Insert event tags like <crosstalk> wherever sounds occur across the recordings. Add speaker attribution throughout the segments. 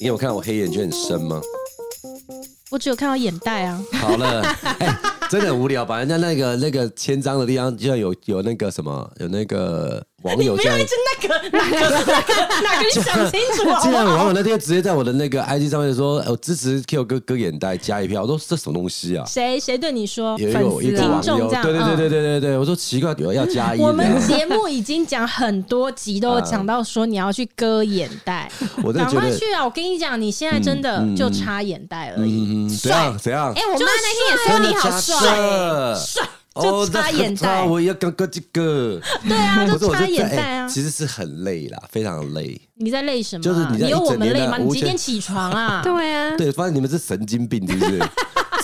Speaker 1: 你有看我黑眼圈很深吗？ <laughs>
Speaker 2: 我只有看到眼袋啊，
Speaker 1: 好了，哎，真的很无聊，把人家那个那个签章的地方，就像有有那个什么，有那个网友
Speaker 3: 不
Speaker 1: 这
Speaker 3: 要
Speaker 1: 样
Speaker 3: 一。直那个
Speaker 2: <laughs>
Speaker 3: 那个那个那个，你想清楚哦
Speaker 1: <laughs>
Speaker 3: 好
Speaker 1: 竟
Speaker 3: 不
Speaker 1: 然有网
Speaker 3: 好
Speaker 1: 友？那天直接在我的那个 IG 上面说，呃我支持 Q 哥割眼袋加一票，我说这什么东西啊？
Speaker 2: 谁谁对你说？
Speaker 1: 也有一
Speaker 2: 粉
Speaker 1: 个
Speaker 2: 丝啊
Speaker 1: 网
Speaker 2: 听
Speaker 1: 友
Speaker 2: 众这，样
Speaker 1: 对对对
Speaker 2: 嗯
Speaker 1: 对对对对，我说奇怪，有要加一的啊，
Speaker 2: 我们节目已经讲很多集，都有讲到说你要去割眼袋，
Speaker 1: <laughs> 我真
Speaker 2: 赶
Speaker 1: 的觉
Speaker 2: 快
Speaker 1: 得，
Speaker 2: 去啊！我跟你讲，你现在真的就差眼袋而已，
Speaker 1: 嗯，怎样怎样
Speaker 3: 哎，？我妈那天也说你好帅，
Speaker 1: 帅
Speaker 3: 帅
Speaker 2: 就差眼袋
Speaker 1: 哦我要割割这个，
Speaker 2: 对啊，
Speaker 1: 不是
Speaker 2: 就
Speaker 1: <laughs> 我
Speaker 2: 差
Speaker 1: 是
Speaker 2: 眼
Speaker 1: 在
Speaker 2: 袋啊！
Speaker 1: 哎其实是很累啦，非常累。
Speaker 2: 你在累什么啊？
Speaker 1: 就是你在
Speaker 2: 有
Speaker 1: 一整
Speaker 2: 我们累
Speaker 1: 年
Speaker 2: 吗？
Speaker 1: 来
Speaker 2: 你
Speaker 1: 无
Speaker 2: 几
Speaker 1: 限
Speaker 2: 点起床啊？
Speaker 3: <laughs> 对啊，
Speaker 1: 对，发现你们是神经病，是不
Speaker 2: <laughs>
Speaker 1: 是？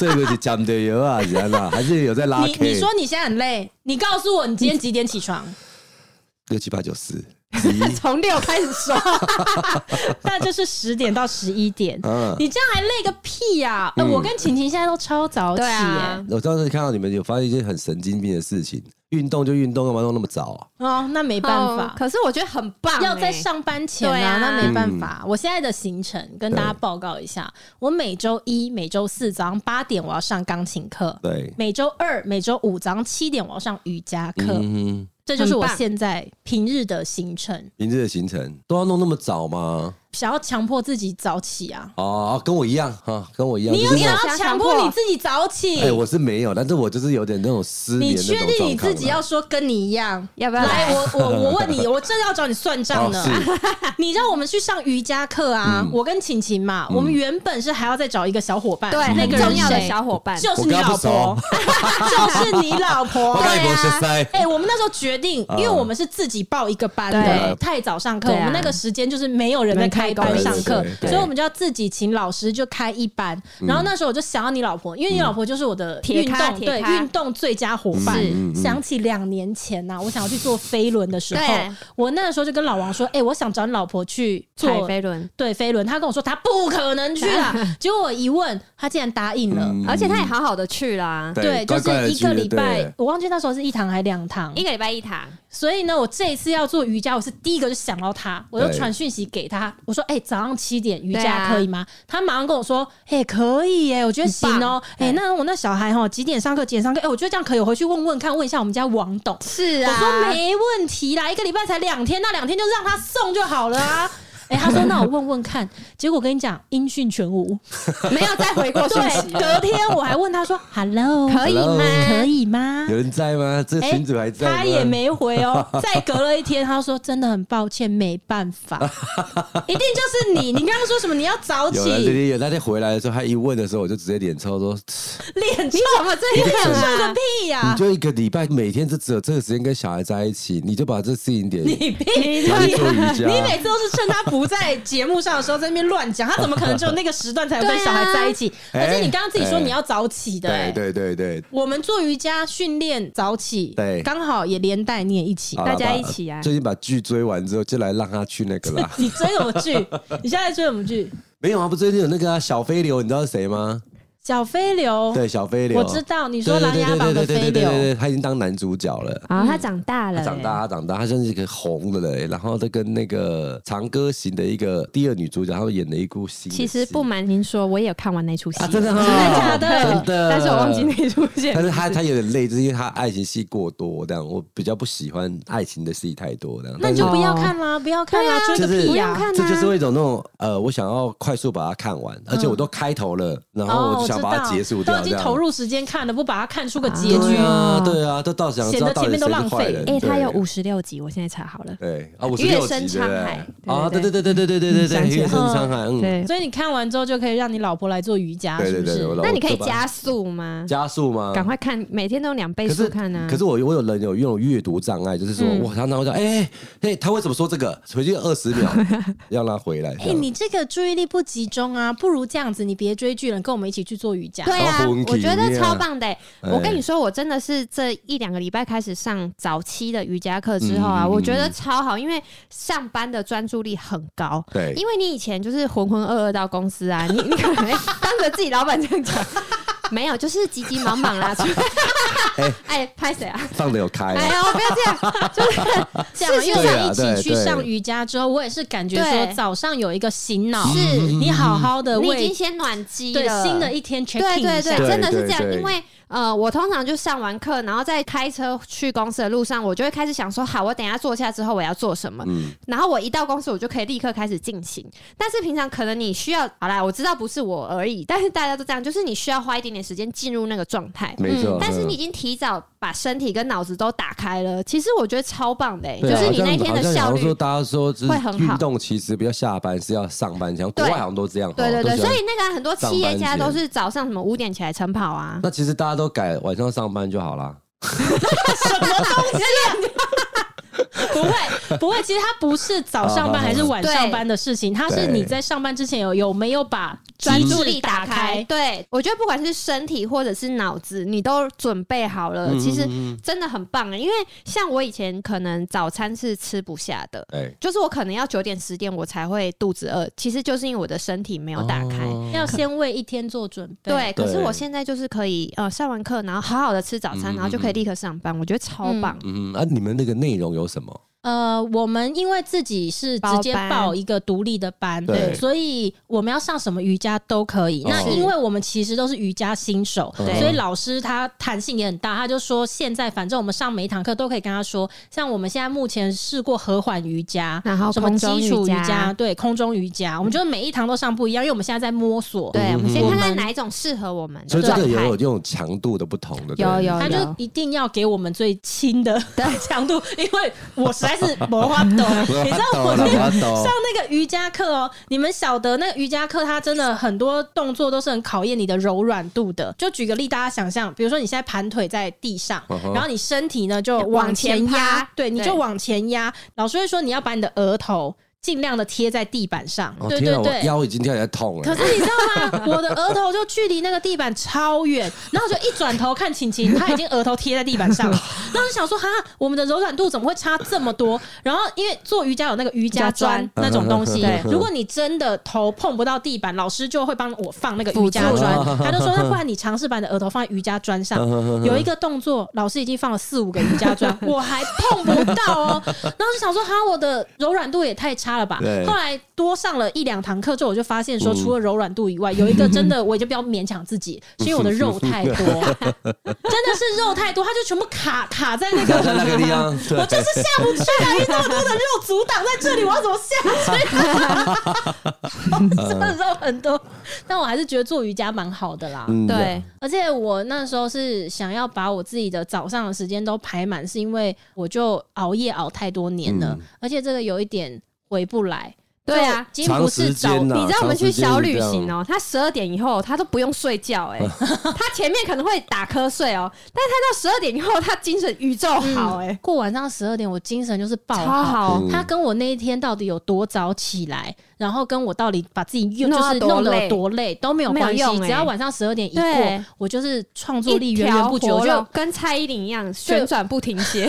Speaker 1: 这个是讲的有啊，人啊，还是有在拉
Speaker 2: 你你
Speaker 1: K？
Speaker 2: 说你现在很累，你告诉我你今天几点起床？
Speaker 1: 六七八九十十一，
Speaker 2: 从六开始说，那就是十点到十一点。
Speaker 1: 嗯
Speaker 2: 你这样还累个屁呀、啊！呃我跟晴晴现在都超早起、
Speaker 3: 对
Speaker 2: 耶
Speaker 3: 啊，
Speaker 1: 我当时看到你们有发现一些很神经病的事情，运动就运动，干嘛弄那么早啊？
Speaker 2: 哦，那没办法
Speaker 3: 哦，可是我觉得很棒欸，
Speaker 2: 要在上班前
Speaker 3: 对啊
Speaker 2: 那没办法。我现在的行程跟大家报告一下：我每周一、每周四早上八点我要上钢琴课，
Speaker 1: 对，
Speaker 2: 每周二、每周五早上七点我要上瑜伽课。
Speaker 1: 嗯哼，
Speaker 2: 这就是我
Speaker 3: 很棒
Speaker 2: 现在平日的行程，
Speaker 1: 明日的行程都要弄那么早吗？
Speaker 2: 想要强迫自己早起啊！
Speaker 1: 哦，跟我一样哈，跟我一样。
Speaker 2: 你有
Speaker 1: 啊就是
Speaker 2: 想
Speaker 1: 那种
Speaker 2: 要强迫你自己早起？
Speaker 1: 哎，我是没有，但是我就是有点那种失眠
Speaker 2: 你
Speaker 1: 那种
Speaker 2: 确
Speaker 1: 状
Speaker 2: 定
Speaker 1: 况啊。
Speaker 2: 你自己要说跟你一样？
Speaker 3: 要不要
Speaker 2: 来，
Speaker 3: 来？
Speaker 2: 我我我
Speaker 1: <laughs>
Speaker 2: 问你，我正要找你算账呢
Speaker 1: 哦。是
Speaker 2: <laughs>
Speaker 1: 嗯
Speaker 2: 你让我们去上瑜伽课啊！我跟晴晴嘛，我们原本是还要再找一个小伙伴，
Speaker 3: 对，
Speaker 2: 那
Speaker 3: 很
Speaker 2: 个
Speaker 3: 重
Speaker 2: 人
Speaker 3: 要的
Speaker 2: 谁
Speaker 3: 小伙伴，
Speaker 2: 就是
Speaker 1: 我
Speaker 2: 你
Speaker 1: 跟他
Speaker 2: 老
Speaker 1: 不
Speaker 2: 婆
Speaker 1: 熟，
Speaker 2: <laughs> 就是你老婆
Speaker 1: <laughs> 我。
Speaker 3: 对啊
Speaker 1: 跟你嗯学塞。
Speaker 2: 哎、我们那时候决定，因为我们是自己报一个班的，
Speaker 3: 对
Speaker 2: 太早上课，
Speaker 3: 对啊
Speaker 2: 我们那个时间就是没有人在开班上课
Speaker 1: 没开，工
Speaker 2: 所以我们就要自己请老师就开一班。
Speaker 1: 嗯
Speaker 2: 然后那时候我就想到你老婆，因为你老婆就是我的
Speaker 3: 嗯铁
Speaker 2: 运
Speaker 3: 咖
Speaker 2: 动
Speaker 3: 铁
Speaker 2: 对
Speaker 3: 咖
Speaker 2: 运动最佳伙伴
Speaker 3: 是。
Speaker 1: 嗯
Speaker 2: 想起两年前呐、我想要去做飞轮的时候
Speaker 3: 对，
Speaker 2: 我那时候就跟老王说，哎、我想找你老婆去
Speaker 3: 踩
Speaker 2: 做
Speaker 3: 飞轮，
Speaker 2: 对飞轮，他跟我说他不可能去啊，结果我一问，他竟然答应了。
Speaker 3: 而且他也好好的去啦，
Speaker 2: 对，就
Speaker 1: 嗯乖乖
Speaker 2: 是
Speaker 1: 地
Speaker 2: 一
Speaker 1: 去
Speaker 2: 个
Speaker 1: 了
Speaker 2: 礼拜
Speaker 1: 对，
Speaker 2: 我忘记那时候是一堂还两堂
Speaker 3: 一，个礼拜一堂，
Speaker 2: 所以呢，我这一次要做瑜伽，我是第一个就想到他，我就
Speaker 1: 对
Speaker 2: 传讯息给他，我说：“哎、早上七点瑜
Speaker 3: 对
Speaker 2: 伽
Speaker 3: 啊
Speaker 2: 可以吗？”他马上跟我说：“哎、可以耶、我觉得行哦、哎、
Speaker 3: 很棒对
Speaker 2: 那我那小孩哈几点上课？几点上课？哎、我觉得这样可以，我回去问问看，问一下我们家王董。
Speaker 3: 是啊
Speaker 2: 我说没问题啦，一个礼拜才两天，那两天就让他送就好了
Speaker 3: <laughs>
Speaker 2: 啊。哎、他说那我问问看，结果我跟你讲，音讯全无。
Speaker 3: <laughs> 没有再回过讯息
Speaker 2: 对，，隔天我还问他说，Hello，
Speaker 3: <laughs> 可以
Speaker 1: Hello
Speaker 3: 吗？
Speaker 2: 可以吗？
Speaker 1: 有人在吗？这个群主还在吗？
Speaker 2: 哎他也没回
Speaker 1: <laughs>
Speaker 2: 哦。再隔了一天，他说：“真的很抱歉，没办
Speaker 1: <laughs>
Speaker 2: 法，一定就是你。你刚刚说什么？你要早起
Speaker 1: 有，啊人这里有那天回来的时候，他一问的时候，我就直接脸臭说：“
Speaker 2: 脸臭
Speaker 3: 你怎么 <laughs> 这
Speaker 2: 臭
Speaker 3: 样
Speaker 2: 个
Speaker 3: 啊？
Speaker 2: 屁
Speaker 1: 你
Speaker 2: 呀！
Speaker 1: 就一个礼拜每天就只有这个时间跟小孩在一起，你就把这事情点
Speaker 2: 你屁！
Speaker 1: 拿去做瑜伽。
Speaker 2: 你每次都是趁他不在节目上的时候在那边乱讲，他怎么可能只有那个时段才有跟小孩在一起？
Speaker 1: 对啊
Speaker 2: 而且你刚刚自己说
Speaker 1: 哎
Speaker 2: 你要早起的，哎
Speaker 1: 对对对对，
Speaker 2: 我们做瑜伽训练早起，
Speaker 1: 对
Speaker 2: 刚好也连带你也一起
Speaker 1: 好。啦
Speaker 3: 大家
Speaker 1: 把
Speaker 3: 一起
Speaker 2: 哎。
Speaker 3: 啊
Speaker 1: 最近把剧追完之后，就来让他去那个啦
Speaker 2: 你追什么剧？你现在追什么剧？
Speaker 1: 没有啊，不最近有那个啊小飞流，你知道是谁吗？
Speaker 2: 小飞流，
Speaker 1: 对，小飞流，
Speaker 2: 哦我知道你
Speaker 1: 你
Speaker 2: 说《琅琊榜》的飞
Speaker 1: 对对对
Speaker 2: 流。
Speaker 1: 对，他已经当男主角了。
Speaker 3: 啊，他长大了
Speaker 1: 他
Speaker 3: 欸，
Speaker 1: 长大，他长大，他现在是一个红的嘞。然后他跟那个长歌行的一个第二女主角，他们演了一部戏。
Speaker 3: 其实不瞒您说，我也有看完那出戏、
Speaker 1: 啊，真的、哦、
Speaker 2: 真的假的
Speaker 1: 真的。
Speaker 3: 但是我忘记那出现。
Speaker 1: 但是他他有点累，就是因为他爱情戏过多，这样我比较不喜欢爱情的戏太多，这样。
Speaker 2: 那你就
Speaker 1: 但是
Speaker 2: 不要看啦，不要看啦，
Speaker 1: <laughs>
Speaker 2: 追
Speaker 1: 就
Speaker 2: 个
Speaker 1: 是
Speaker 2: 屁
Speaker 3: 不
Speaker 2: 呀
Speaker 3: 用！看啊
Speaker 1: 这就是会有一种那种呃，我想要快速把它看完，而且我都开头了，然后
Speaker 2: 哦，
Speaker 1: 我就
Speaker 2: 我知
Speaker 1: 想
Speaker 2: 道，
Speaker 1: 把它结束掉，
Speaker 2: 都已
Speaker 1: 这
Speaker 2: 经
Speaker 1: 样
Speaker 2: 投入时间看了，不把它看出个结局
Speaker 1: 对，啊，对啊，都到想知
Speaker 2: 显得
Speaker 1: 道到
Speaker 2: 前
Speaker 1: 底
Speaker 2: 面都
Speaker 1: 谁是
Speaker 2: 浪费
Speaker 1: 坏人。
Speaker 3: 哎、
Speaker 1: 对
Speaker 3: 他有五十六集，我现在查好了。
Speaker 1: 对啊，五十六
Speaker 3: 月升
Speaker 1: 集
Speaker 3: 沧海
Speaker 1: 对不对啊，对
Speaker 3: 对
Speaker 1: 对
Speaker 3: 对
Speaker 1: 对对对对对对对，
Speaker 3: 想起来
Speaker 1: 月升沧海，嗯，
Speaker 3: 对，
Speaker 2: 所以你看完之后就可以让你老婆来做瑜伽，
Speaker 1: 对
Speaker 2: 是
Speaker 1: 对
Speaker 2: 不
Speaker 1: 对，我
Speaker 2: 是？
Speaker 1: 老
Speaker 3: 那你可以
Speaker 1: 我
Speaker 3: 加速吗？
Speaker 1: 加速吗？
Speaker 3: 赶快看，每天都用两倍
Speaker 1: 嗯可
Speaker 3: 速
Speaker 1: 是
Speaker 3: 看啊！
Speaker 1: 可是我我有人有用阅读障碍，就是说、哇，他那会讲，哎、哎、他为什么说这个？回去二十秒，让他回来。这
Speaker 2: 哎，
Speaker 1: 样
Speaker 2: 你这个注意力不集中啊，不如这样子，你别追剧了，跟我们一起去做瑜伽。
Speaker 3: 对啊
Speaker 1: 超红，
Speaker 3: 我觉得
Speaker 1: 体哎
Speaker 3: 超
Speaker 1: 面
Speaker 3: 棒的欸、我跟你说，我真的是这一两个礼拜开始上早期的瑜伽课之后啊，
Speaker 1: 嗯
Speaker 3: 我觉得超好，因为上班的专注力很高。
Speaker 1: 对
Speaker 3: 因为你以前就是浑浑噩噩到公司啊， <laughs> <laughs> 你你可能当着自己老板这样讲，没有，就是急急忙忙啦，出
Speaker 1: <laughs> 哎，
Speaker 3: 啊哎，拍谁啊？
Speaker 1: 放的有开
Speaker 3: 哎
Speaker 1: 啊，
Speaker 3: 呀，我不要这样，就是
Speaker 2: 这样，因为
Speaker 1: 对啊
Speaker 2: 我们一起去
Speaker 1: 对对
Speaker 2: 上瑜伽之后，我也是感觉说
Speaker 3: 对
Speaker 2: 早上有一个醒脑，
Speaker 3: 是
Speaker 2: 你好好
Speaker 1: 哎
Speaker 2: 的
Speaker 3: 你已经
Speaker 2: 为
Speaker 3: 先暖机
Speaker 2: 对
Speaker 3: 了，
Speaker 2: 新的一天 check
Speaker 3: 对
Speaker 2: in 一
Speaker 3: 对
Speaker 2: 下
Speaker 3: 对，
Speaker 1: 对
Speaker 3: 真的是
Speaker 1: 对
Speaker 3: 这样，
Speaker 1: 对
Speaker 3: 因为呃，我通常就上完课，然后在开车去公司的路上，我就会开始想说，好，我等一下坐下之后我要做什么。
Speaker 1: 嗯，
Speaker 3: 然后我一到公司，我就可以立刻开始进行。但是平常可能你需要，好啦，我知道不是我而已，但是大家都这样，就是你需要花一点点时间进入那个状态。
Speaker 1: 没错。
Speaker 3: 嗯但是你已经提早把身体跟脑子都打开了，其实我觉得超棒的、欸，
Speaker 1: 对
Speaker 3: 就
Speaker 1: 啊
Speaker 3: 是你
Speaker 1: 好像
Speaker 3: 那天的
Speaker 1: 好像
Speaker 3: 效
Speaker 1: 好像
Speaker 3: 率
Speaker 1: 说大家说，就是
Speaker 3: 会很好
Speaker 1: 运动其实不要下班，是要上班这样。国
Speaker 3: 对
Speaker 1: 外好像都这样，
Speaker 3: 对对
Speaker 1: 哦
Speaker 3: 对，
Speaker 1: 都喜欢
Speaker 3: 所以那个很多企业家
Speaker 1: 上班
Speaker 3: 都
Speaker 1: 族
Speaker 3: 是早上什么五点起来晨跑啊，
Speaker 1: 那其实大家都改晚上上班就好啦。<laughs>
Speaker 2: 不会不会，其实它不是早上班还是晚上班的事情，它是
Speaker 1: 对
Speaker 2: 你在上班之前有有没有把
Speaker 3: 专
Speaker 2: 机制
Speaker 3: 注力打开。
Speaker 2: 开。
Speaker 3: 对，我觉得不管是身体或者是脑子，你都准备好了，
Speaker 1: 嗯
Speaker 3: 其实
Speaker 1: 嗯嗯
Speaker 3: 真的很棒、欸。因为像我以前可能早餐是吃不下的。
Speaker 1: 哎，
Speaker 3: 就是我可能要九点十点我才会肚子饿，其实就是因为我的身体没有打开。
Speaker 1: 哦
Speaker 2: 要先为一天做准备，
Speaker 3: 对，可是
Speaker 1: 对
Speaker 3: 我现在就是可以呃上完课，然后好好的吃早餐，
Speaker 1: 嗯
Speaker 3: 然后就可以立刻上班，我觉得超棒。
Speaker 1: 嗯，啊，你们那个内容有什么？
Speaker 2: 呃，我们因为自己是直接
Speaker 3: 包班
Speaker 2: 报一个独立的班，
Speaker 1: 对
Speaker 2: 所以我们要上什么瑜伽都可以。
Speaker 1: 哦
Speaker 2: 那因为我们其实都是瑜伽新手，
Speaker 1: 对
Speaker 2: 所以老师他弹性也很大，他就说现在反正我们上每一堂课都可以跟他说，像我们现在目前试过和缓瑜伽，
Speaker 3: 然后
Speaker 2: 什么
Speaker 3: 哦空中
Speaker 2: 基础
Speaker 3: 瑜
Speaker 1: 嗯
Speaker 3: 伽
Speaker 2: 伽，对，空中瑜伽，我们就是每一堂都上不一样，因为我们现在在摸索。
Speaker 3: 对，我们先看
Speaker 2: 我
Speaker 3: 看
Speaker 2: 们
Speaker 3: 哪一种适合我们
Speaker 1: 嗯所
Speaker 3: 的
Speaker 1: 以这
Speaker 3: 状态。
Speaker 1: 个也有这种强度的不同的，对
Speaker 3: 有
Speaker 1: <laughs>
Speaker 3: 有
Speaker 2: 他就一定要给我们最轻的 <laughs> 强度，因为我实在是没法抖。你知道我那
Speaker 1: 我
Speaker 2: 个
Speaker 1: 懂
Speaker 2: 上那个瑜伽课哦，你们晓得那个瑜伽课它真的很多动作都是很考验你的柔软度的。就举个例，大家想象，比如说你现在盘腿在地上，
Speaker 3: <laughs>
Speaker 1: 嗯哼
Speaker 2: 然后你身体呢就往
Speaker 3: 往
Speaker 2: 前
Speaker 3: 前
Speaker 2: 压
Speaker 3: 趴，
Speaker 2: 对，你就
Speaker 3: 对
Speaker 2: 往前压。老师会说你要把你的额头尽量的贴在地板上，
Speaker 1: 哦
Speaker 2: 对
Speaker 1: 天
Speaker 2: 对
Speaker 1: 啊，我
Speaker 2: 对。
Speaker 1: 腰已经跳起来痛了。
Speaker 2: 可是你知道
Speaker 1: <laughs>
Speaker 2: 吗？我的额头就距离那个地板超远，然后我就一转头看晴晴，她已经额头贴在地
Speaker 1: <laughs>
Speaker 2: 板上了。然后就想说，哈，我们的柔软度怎么会差这么多？然后因为做瑜伽有那个瑜伽砖
Speaker 3: 瑜
Speaker 1: 伽砖
Speaker 2: 那种东
Speaker 1: 嗯
Speaker 2: 西
Speaker 3: 对，
Speaker 2: 如果你真的头碰不到地板，老师就会帮我放那个瑜伽
Speaker 1: <laughs>
Speaker 2: 砖
Speaker 1: 辅。助
Speaker 2: 他就说，那不然你尝试把你的额头放在瑜伽砖
Speaker 1: 嗯
Speaker 2: 上，有一个动作，老师已经放了四五个瑜伽砖，我还碰不到哦。
Speaker 1: <laughs>
Speaker 2: 然后就想说，哈，我的柔软度也太差了吧
Speaker 1: 对。
Speaker 2: 后来多上了一两堂课之后，我就发现
Speaker 1: 嗯
Speaker 2: 说，除了柔软度以外，有一个真
Speaker 1: <laughs>
Speaker 2: 的我就比较勉强自己，是因为我的肉太多，真的是肉太多，它就全部卡卡在那
Speaker 1: 在那个地
Speaker 2: 个。
Speaker 3: <laughs>
Speaker 1: 方，
Speaker 2: 我
Speaker 1: 对
Speaker 2: 就是下不去啊！因为那么多的肉阻挡在这里，我要怎么下去、
Speaker 1: <laughs>
Speaker 2: 啊？ <laughs> 真的肉很多，但我还是觉得做瑜伽蛮好的啦。
Speaker 1: 嗯
Speaker 3: 对，
Speaker 2: 而且我那时候是想要把我自己的早上的时间都排满，是因为我就熬夜熬太多年了，
Speaker 1: 嗯
Speaker 2: 而且这个有一点回不来。
Speaker 3: 对啊，
Speaker 2: 就已经不是早
Speaker 1: 长时间呐啊
Speaker 3: 你知道我们去小旅行
Speaker 1: 长
Speaker 3: 哦、他十二点以后他都不用睡觉
Speaker 1: <laughs>
Speaker 3: 哎、他前面可能会打瞌睡哦、但他到十二点以后他精神宇宙好哎、
Speaker 2: 过晚上十二点，我精神就是爆
Speaker 3: 超
Speaker 2: 好。
Speaker 3: 好，
Speaker 1: 嗯
Speaker 2: 他跟我那一天到底有多早起来，然后跟我到底把自己又
Speaker 3: 弄
Speaker 2: 就
Speaker 3: 到
Speaker 2: 是
Speaker 3: 多
Speaker 2: 弄得有
Speaker 3: 累
Speaker 2: 多累都没有
Speaker 3: 没有
Speaker 2: 关系，
Speaker 3: 用欸
Speaker 2: 只要晚上十二点一过
Speaker 3: 对，
Speaker 2: 我就是创作力
Speaker 3: 一
Speaker 2: 源源
Speaker 3: 条
Speaker 2: 不绝，
Speaker 3: 活
Speaker 2: 我就
Speaker 3: 肉跟蔡依林一样旋转不停 <laughs> 歇，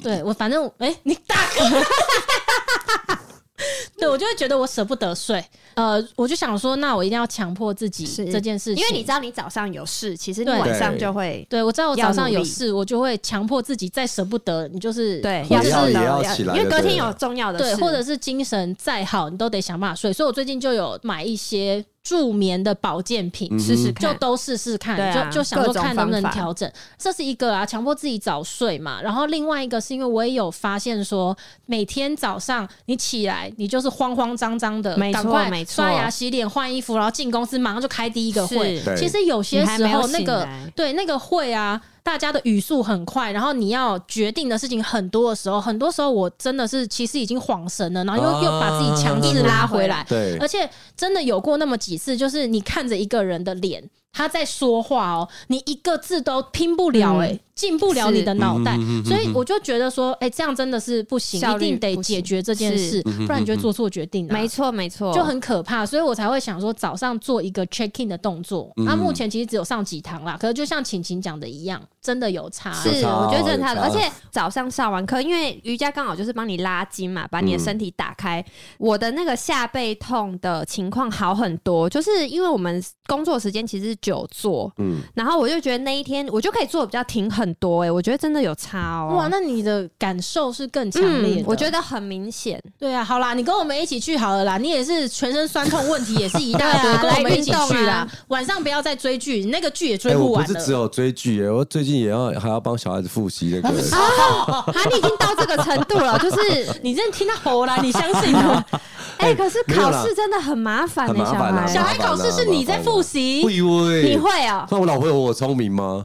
Speaker 2: 对我反正哎、你大哥，
Speaker 3: <laughs>
Speaker 2: 对我就会觉得我舍不得睡，呃，我就想说，那我一定要强迫自己
Speaker 3: 是
Speaker 2: 这件事情，
Speaker 3: 因为你知道你早上有事，其实你
Speaker 2: 对
Speaker 3: 晚上就会
Speaker 2: 对我知道我早上
Speaker 3: 要
Speaker 2: 有
Speaker 3: 努力
Speaker 2: 事，我就会强迫自己再舍不得，你就是
Speaker 3: 对
Speaker 1: 也要
Speaker 3: 是的
Speaker 1: 也要起来
Speaker 3: 因为
Speaker 1: 就
Speaker 3: 隔天
Speaker 1: 对了
Speaker 3: 有重要的
Speaker 2: 对，
Speaker 3: 事，
Speaker 2: 或者是精神再好，你都得想办法睡。所以我最近就有买一些助眠的保健品，
Speaker 3: 试试看
Speaker 1: 嗯
Speaker 2: 就都试试看，
Speaker 3: 对啊
Speaker 2: 就就想说
Speaker 3: 各种
Speaker 2: 看能不能
Speaker 3: 方法
Speaker 2: 调整。这是一个啊，强迫自己早睡嘛。然后另外一个是因为我也有发现说，每天早上你起来，你就是慌慌张张的，
Speaker 3: 没错
Speaker 2: 赶快
Speaker 3: 没错
Speaker 2: 刷牙、洗脸、换衣服，然后进公司马上就开第一个会
Speaker 3: 是。
Speaker 1: 对
Speaker 2: 其实有些
Speaker 3: 你还
Speaker 2: 时
Speaker 3: 没有
Speaker 2: 候那
Speaker 3: 醒
Speaker 2: 个
Speaker 3: 来
Speaker 2: 对那个会啊。大家的语速很快，然后你要决定的事情很多的时候，很多时候我真的是其实已经恍神了，然后又、
Speaker 1: 啊
Speaker 2: 又把自己强制拉
Speaker 3: 哦
Speaker 2: 回来，
Speaker 1: 对
Speaker 2: 而且真的有过那么几次，就是你看着一个人的脸，他在说话哦，你一个字都拼不了、
Speaker 3: 嗯
Speaker 2: 哎、进不了你的脑袋
Speaker 1: 是嗯嗯嗯嗯，
Speaker 2: 所以我就觉得说，哎、这样真的是不行，
Speaker 3: 效
Speaker 2: 一
Speaker 3: 率
Speaker 2: 定得
Speaker 3: 不行
Speaker 2: 解决这件事，
Speaker 1: 嗯
Speaker 2: 不然你就会做错决定、啊。
Speaker 3: 没错没错，
Speaker 2: 就很可怕，所以我才会想说早上做一个 check in 的动作。
Speaker 1: 嗯
Speaker 2: 那、目前其实只有上几堂啦，可是就像晴晴讲的一样，真的有差、
Speaker 1: 有
Speaker 3: 是，
Speaker 1: 差
Speaker 3: 哎我觉得
Speaker 1: 哦
Speaker 3: 真
Speaker 1: 有
Speaker 3: 的差的，
Speaker 1: 差
Speaker 3: 而且早上上完课，因为瑜伽刚好就是帮你拉筋嘛，把你的身体打开。我的那个下背痛的情况好很多，就是因为我们工作时间其实九做，
Speaker 1: 嗯，
Speaker 3: 然后我就觉得那一天我就可以做比较挺很多、欸，哎，我觉得真的有差哦、
Speaker 2: 哇，那你的感受是更强烈的、
Speaker 3: 嗯，我觉得很明显。
Speaker 2: 对啊，好啦，你跟我们一起去好了啦。你也是全身酸痛问题也是一
Speaker 3: <laughs>
Speaker 2: 大堆，跟
Speaker 3: 对啊
Speaker 2: 我们
Speaker 3: 来
Speaker 2: 一起
Speaker 3: 运动
Speaker 2: 去啦
Speaker 3: 啊。
Speaker 2: 晚上不要再追剧，你那个剧也追
Speaker 1: 哎，我
Speaker 2: 完
Speaker 1: 不是
Speaker 2: 了。 <laughs>
Speaker 1: 只有追剧，哎我最近也要还要帮小孩子复习那个。
Speaker 3: 啊，你已经到这个程
Speaker 2: <laughs>
Speaker 3: 度了，就是
Speaker 2: 哦你真的听到吼啦，你相信哦
Speaker 3: <laughs>
Speaker 2: 吗？
Speaker 3: 哎、可是
Speaker 1: 没有
Speaker 3: 考
Speaker 1: 啦
Speaker 3: 试真的很麻烦呢、
Speaker 1: 很麻
Speaker 3: 小
Speaker 1: 烦啊
Speaker 3: 孩。
Speaker 2: 小孩考试是你在复习，
Speaker 1: 以为
Speaker 3: <laughs> 你会哦、
Speaker 1: 那我老婆有我聪明吗？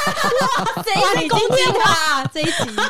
Speaker 3: 哇，你攻略他这一集，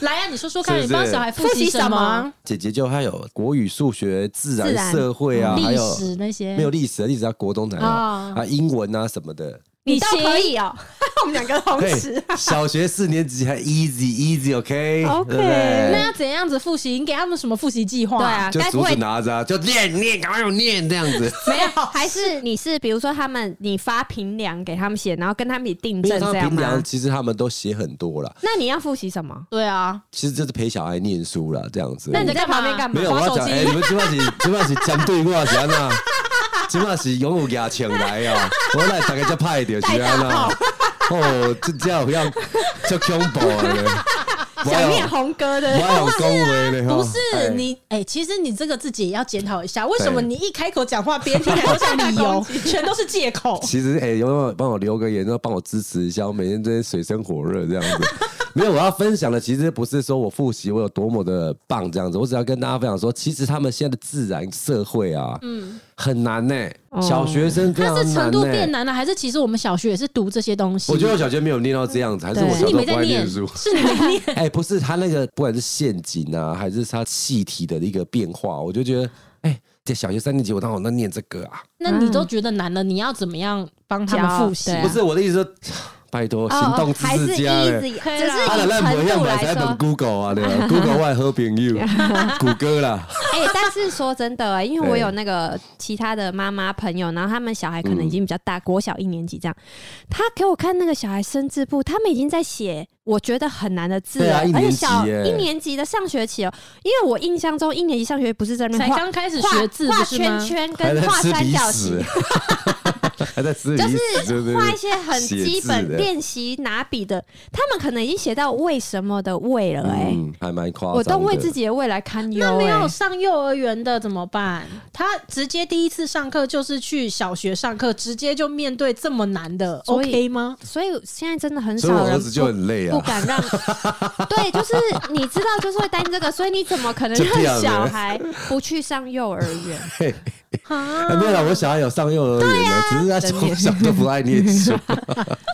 Speaker 2: 来啊，你说说看，
Speaker 1: 是不
Speaker 2: 你
Speaker 1: 是
Speaker 2: 帮小孩复习什么？
Speaker 1: 姐姐就还有国语、数学、自
Speaker 3: 自
Speaker 1: 然、
Speaker 3: 然
Speaker 1: 社会啊，还
Speaker 2: 嗯历
Speaker 1: 有
Speaker 2: 史那些
Speaker 1: 没有历史，历史要国中才有
Speaker 2: 哦
Speaker 1: 啊，英文啊什么的。
Speaker 3: 你
Speaker 2: 你
Speaker 3: 倒可以哦、 <laughs> 我们两个同时。
Speaker 1: 小学四年级还 easy easy，OK，
Speaker 3: OK
Speaker 1: 对不
Speaker 2: 那
Speaker 1: 对？
Speaker 2: 要怎样子复习？你给他们什么复习计划？
Speaker 3: 对啊，
Speaker 1: 就
Speaker 3: 该不
Speaker 1: 竹子
Speaker 3: 会
Speaker 1: 拿着啊，就念念，赶快有念这样子。
Speaker 3: 没有？还是你是比如说他们，你发评量给他们写，然后跟他们一起订
Speaker 1: 因
Speaker 3: 正
Speaker 1: 为他
Speaker 3: 这
Speaker 1: 们
Speaker 3: 样
Speaker 1: 平
Speaker 3: 吗
Speaker 1: 常？其实他们都写很多啦，
Speaker 3: 那你要复习什么？
Speaker 2: 对啊，
Speaker 1: 其实就是陪小孩念书啦，这样子。
Speaker 2: 那
Speaker 3: 你
Speaker 2: 你
Speaker 3: 在
Speaker 2: 在干嘛
Speaker 3: 旁边干嘛
Speaker 1: 没有我
Speaker 2: 划
Speaker 1: 要
Speaker 2: 啊手
Speaker 1: 讲，
Speaker 2: 机
Speaker 1: 哎，你们今晚是
Speaker 2: <laughs>
Speaker 1: 今晚是针对我是安那？今晚是永有牙请来啊，我来大家就派掉是安那。哦，这这样要就恐怖了，
Speaker 2: <laughs>
Speaker 3: 想念红哥
Speaker 1: 哎我
Speaker 3: 的，
Speaker 1: 要有恭维的哈
Speaker 2: 不是
Speaker 1: 哎
Speaker 2: 你，哎、其实你这个自己也要检讨一下，为什么
Speaker 1: 对
Speaker 2: 你一开口讲话，别人
Speaker 1: <laughs>
Speaker 2: 听起来都像理
Speaker 3: 攻
Speaker 2: 由，全都是借口。
Speaker 1: 其实哎、有没有帮我留个言，然后帮我支持一下？我每天真是水深火热这样子。 <laughs> 没有，我要分享的其实不是说我复习我有多么的棒这样子，我只要跟大家分享说，其实他们现在的自然社会啊，嗯，很难呢、小学生非常
Speaker 2: 哦它
Speaker 1: 难、
Speaker 2: 是
Speaker 1: 呢。
Speaker 2: 程度变难了，啊还是其实我们小学也是读这些东西？
Speaker 1: 我觉得我小学没有念到这样子，还是我小
Speaker 2: 是
Speaker 3: 对
Speaker 1: 时
Speaker 2: 你
Speaker 1: 候
Speaker 2: 没
Speaker 1: 不
Speaker 2: 在
Speaker 1: 爱
Speaker 2: 念，
Speaker 1: 念书。 <laughs>
Speaker 2: 是你没 <laughs> 念。
Speaker 1: 哎、不是他那个，不管是陷阱啊，还是他气体的一个变化，我就觉得，哎、这小学三年级我当我那念这个啊，
Speaker 2: 那你都觉得难了，你要怎么样帮他们复习
Speaker 3: 教？对啊
Speaker 1: 不是我的意思说， <sighs> 拜托，行
Speaker 3: 哦
Speaker 1: 动
Speaker 3: 哦
Speaker 1: 支
Speaker 3: 还是
Speaker 1: 持家、嘞。
Speaker 3: easy，
Speaker 2: 对
Speaker 3: 只
Speaker 2: 啦
Speaker 3: 哎是 <laughs>
Speaker 1: 啊，
Speaker 3: 以
Speaker 1: 就咱
Speaker 3: 程
Speaker 1: 袂晓
Speaker 3: 度
Speaker 1: 嘛，
Speaker 3: 来
Speaker 1: 使
Speaker 3: 说 <laughs>
Speaker 1: 问。Google 啊，对吧？Google 我的好朋友，谷歌啦，
Speaker 3: 哎、但是说真的、啊因为我
Speaker 1: 对
Speaker 3: 有那个其他的妈妈朋友，然后他们小孩可能已经比较大，国小一年级这样，他给我看那个小孩生字簿，他们已经在写我觉得很难的字
Speaker 1: 对
Speaker 3: 了，
Speaker 1: 啊一
Speaker 3: 而且
Speaker 1: 年级
Speaker 3: 小
Speaker 1: 耶
Speaker 3: 一年级的上学期哦、因为我印象中一年级上学期不是在那
Speaker 2: 才
Speaker 3: 边画
Speaker 2: 刚开始
Speaker 3: 画
Speaker 2: 学字，
Speaker 3: 画
Speaker 2: 啊不是
Speaker 3: 圈
Speaker 2: 吗？
Speaker 3: 圈
Speaker 1: 还
Speaker 3: 跟
Speaker 1: 在
Speaker 3: 画
Speaker 1: 吃
Speaker 3: 三
Speaker 1: 鼻
Speaker 3: 角形
Speaker 1: 屎，， <laughs> 还在吃鼻
Speaker 3: 就
Speaker 1: 屎，对不
Speaker 3: 是
Speaker 1: 对？
Speaker 3: 画一些很基
Speaker 1: 写字
Speaker 3: 本
Speaker 1: 的
Speaker 3: 练习拿笔的，他们可能已经写到为什么的为了、哎、
Speaker 1: 嗯，还蛮夸张的。
Speaker 3: 我都为自己的未来堪忧、
Speaker 2: 那没
Speaker 3: 哎
Speaker 2: 有上幼儿园的怎么办？他直接第一次上课就是去小学上课，直接就面对这么难的
Speaker 3: 所以
Speaker 2: ，OK 吗？
Speaker 3: 所以现在真的很
Speaker 1: 所以
Speaker 3: 少
Speaker 1: 我
Speaker 3: 人
Speaker 1: 儿子就很累
Speaker 3: 不
Speaker 1: 啊，<laughs>
Speaker 3: 敢让，对，就是你知道，就是会担心这个，所以你怎么可能
Speaker 1: 就这样了
Speaker 3: 让小孩不去上幼儿园？
Speaker 1: <laughs>
Speaker 2: 啊
Speaker 1: 哎没有啦，我小孩有上幼儿园的，只是他从小就不爱念书，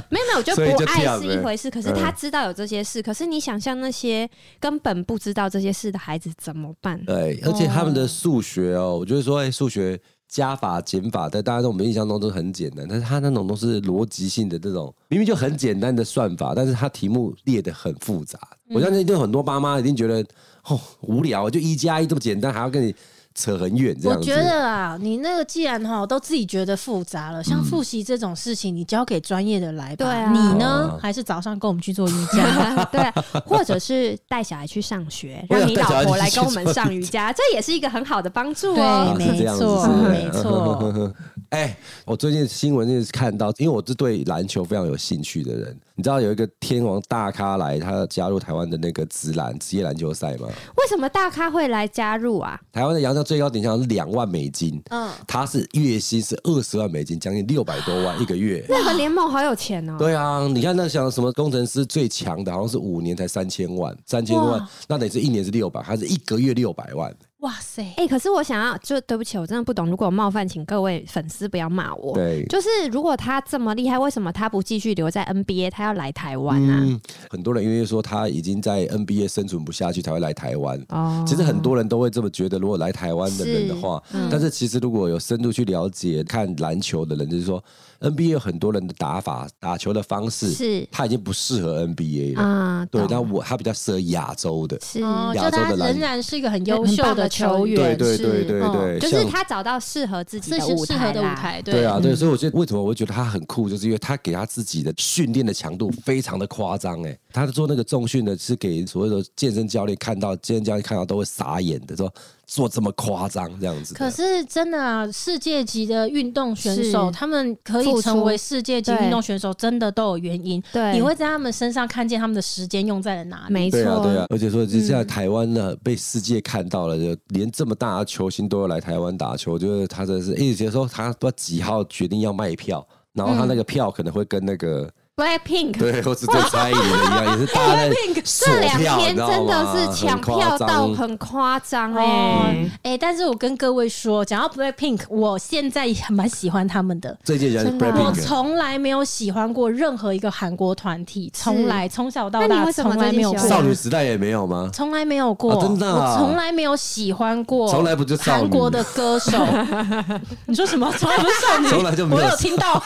Speaker 3: 没有没有，我觉
Speaker 1: 所以
Speaker 3: 得
Speaker 1: 就这
Speaker 3: 不爱
Speaker 1: 样
Speaker 3: 是
Speaker 1: 呗
Speaker 3: 一回事，可是他知道有这些事，可是你想象那些根本不知道这些事的孩子怎么办？
Speaker 1: <laughs> 对，而且他们的数学哦，我就是说，哎，数学加法、减法，在大家在我们印象中都很简单，但是他那种都是逻辑性的这种，明明就很简单的算法，但是他题目列的很复杂。我相信一定有很多妈妈一定觉得，哦，无聊，就一加一这么简单，还要跟你扯很远这
Speaker 2: 我
Speaker 1: 样子。
Speaker 2: 觉得啊，你那个既然哈都自己觉得复杂
Speaker 1: 嗯
Speaker 2: 了，像复习这种事情，你交给专业的来吧。
Speaker 3: 对啊
Speaker 2: 你呢
Speaker 1: 哦，
Speaker 2: 还是早上跟我们去做瑜
Speaker 3: <laughs>
Speaker 2: 伽？
Speaker 3: 对，或者是带小孩去上学，
Speaker 1: 对啊
Speaker 3: 让你老婆
Speaker 1: 带小
Speaker 3: 来
Speaker 1: 孩去
Speaker 3: 跟我们上瑜伽，这也是一个很好的帮助
Speaker 2: 对，
Speaker 3: 哦。
Speaker 1: 啊是这
Speaker 2: 哎没
Speaker 1: 样子
Speaker 2: 错，
Speaker 1: 是
Speaker 2: 没错。
Speaker 1: <laughs> 哎、我最近新闻就是看到，因为我是对篮球非常有兴趣的人，你知道有一个天王大咖来，他加入台湾的那个职篮职业篮球赛吗？
Speaker 3: 为什么大咖会来加入啊？
Speaker 1: 台湾的洋将最高顶奖是两万美金，嗯，他是月薪是二十万美金，将近六百多万一个月。
Speaker 3: 那个联盟好有钱哦。
Speaker 1: 对啊，你看那像什么工程师最强的，好像是五年才三千万，三千万，那等于是一年是六百，他是一个月六百万。
Speaker 2: 哇塞，
Speaker 3: 哎、可是我想要，就对不起，我真的不懂。如果有冒犯，请各位粉丝不要骂我。
Speaker 1: 对
Speaker 3: 就是如果他这么厉害，为什么他不继续留在 NBA？他要来台湾啊？
Speaker 1: 嗯，很多人因为说他已经在 NBA 生存不下去，才会来台湾。
Speaker 3: 哦，
Speaker 1: 其实很多人都会这么觉得，如果来台湾的人的话，
Speaker 3: 嗯
Speaker 1: 但是其实如果有深度去了解看篮球的人，就是说 NBA 有很多人的打法、打球的方式，
Speaker 3: 是
Speaker 1: 他已经不适合 NBA 了。
Speaker 3: 啊，
Speaker 1: 对，
Speaker 3: 懂
Speaker 1: 但我他比较适合亚洲的，
Speaker 3: 是、
Speaker 2: 哦，
Speaker 1: 亚
Speaker 3: 嗯
Speaker 2: 就
Speaker 1: 洲的
Speaker 2: 他
Speaker 1: 篮
Speaker 2: 仍然是一个很优秀
Speaker 3: 很棒的的球员，
Speaker 1: 对对
Speaker 2: 是
Speaker 1: 对对
Speaker 2: 嗯
Speaker 1: 对，
Speaker 3: 就是
Speaker 1: 像
Speaker 3: 他找到适合自己
Speaker 2: 是
Speaker 3: 的
Speaker 2: 是
Speaker 3: 舞
Speaker 2: 适
Speaker 3: 台
Speaker 2: 合的
Speaker 3: 啦
Speaker 2: 舞。台，对
Speaker 1: 对啊，对，
Speaker 3: 嗯
Speaker 1: 所以我觉得为什么我会觉得他很酷，就是因为他给他自己的训练的强度非常的夸张哎，他做那个重训呢是给所谓的健身教练看到，健身教练看到都会傻眼的，说做这么夸张这样子的。
Speaker 2: 可是真的啊，世界级的运动选
Speaker 3: 是
Speaker 2: 手，他们可
Speaker 3: 付
Speaker 2: 以
Speaker 3: 出
Speaker 2: 成为世界级
Speaker 3: 对
Speaker 2: 运动选手，真的都有原因。
Speaker 3: 对，
Speaker 2: 你会在他们身上看见他们的时间用在了哪里。
Speaker 3: 没错，
Speaker 1: 对啊，对啊，而且说就现在台湾呢、被世界看到了，就连这么大的球星都要来台湾打球，我觉得他真的是，哎一直说他不知道几号决定要卖票，然后他
Speaker 3: 嗯
Speaker 1: 那个票可能会跟那个、
Speaker 3: Black Pink
Speaker 1: 对，或是跟蔡依林的一样，也是大家在锁
Speaker 3: 这两
Speaker 1: 票，你
Speaker 3: 天
Speaker 1: 知道
Speaker 3: 真
Speaker 1: 吗
Speaker 3: 的是抢
Speaker 1: 很夸
Speaker 3: 票到
Speaker 1: 张
Speaker 3: 很夸张
Speaker 2: 哦
Speaker 3: 哎，，
Speaker 2: 哎、但是我跟各位说，讲到 Blackpink，我现在也蛮喜欢他们的。
Speaker 1: 这届人
Speaker 3: 真的啊
Speaker 1: Blackpink
Speaker 2: 我哦从来没有喜欢过任何一个韩国团体，从来从小到
Speaker 3: 那你
Speaker 2: 大
Speaker 3: 为什么
Speaker 2: 从来没有
Speaker 3: 最近喜
Speaker 1: 少
Speaker 2: 过，
Speaker 1: 女时代也没有吗？
Speaker 2: 从来没有过，
Speaker 1: 哦真的啊
Speaker 2: 我从来没有喜欢过，
Speaker 1: 从来不就少女
Speaker 2: 韩国的
Speaker 1: <laughs>
Speaker 2: 歌手。你说什么？从来不是少女，
Speaker 1: 从来就没有
Speaker 2: 我有
Speaker 1: <laughs>
Speaker 2: 听到。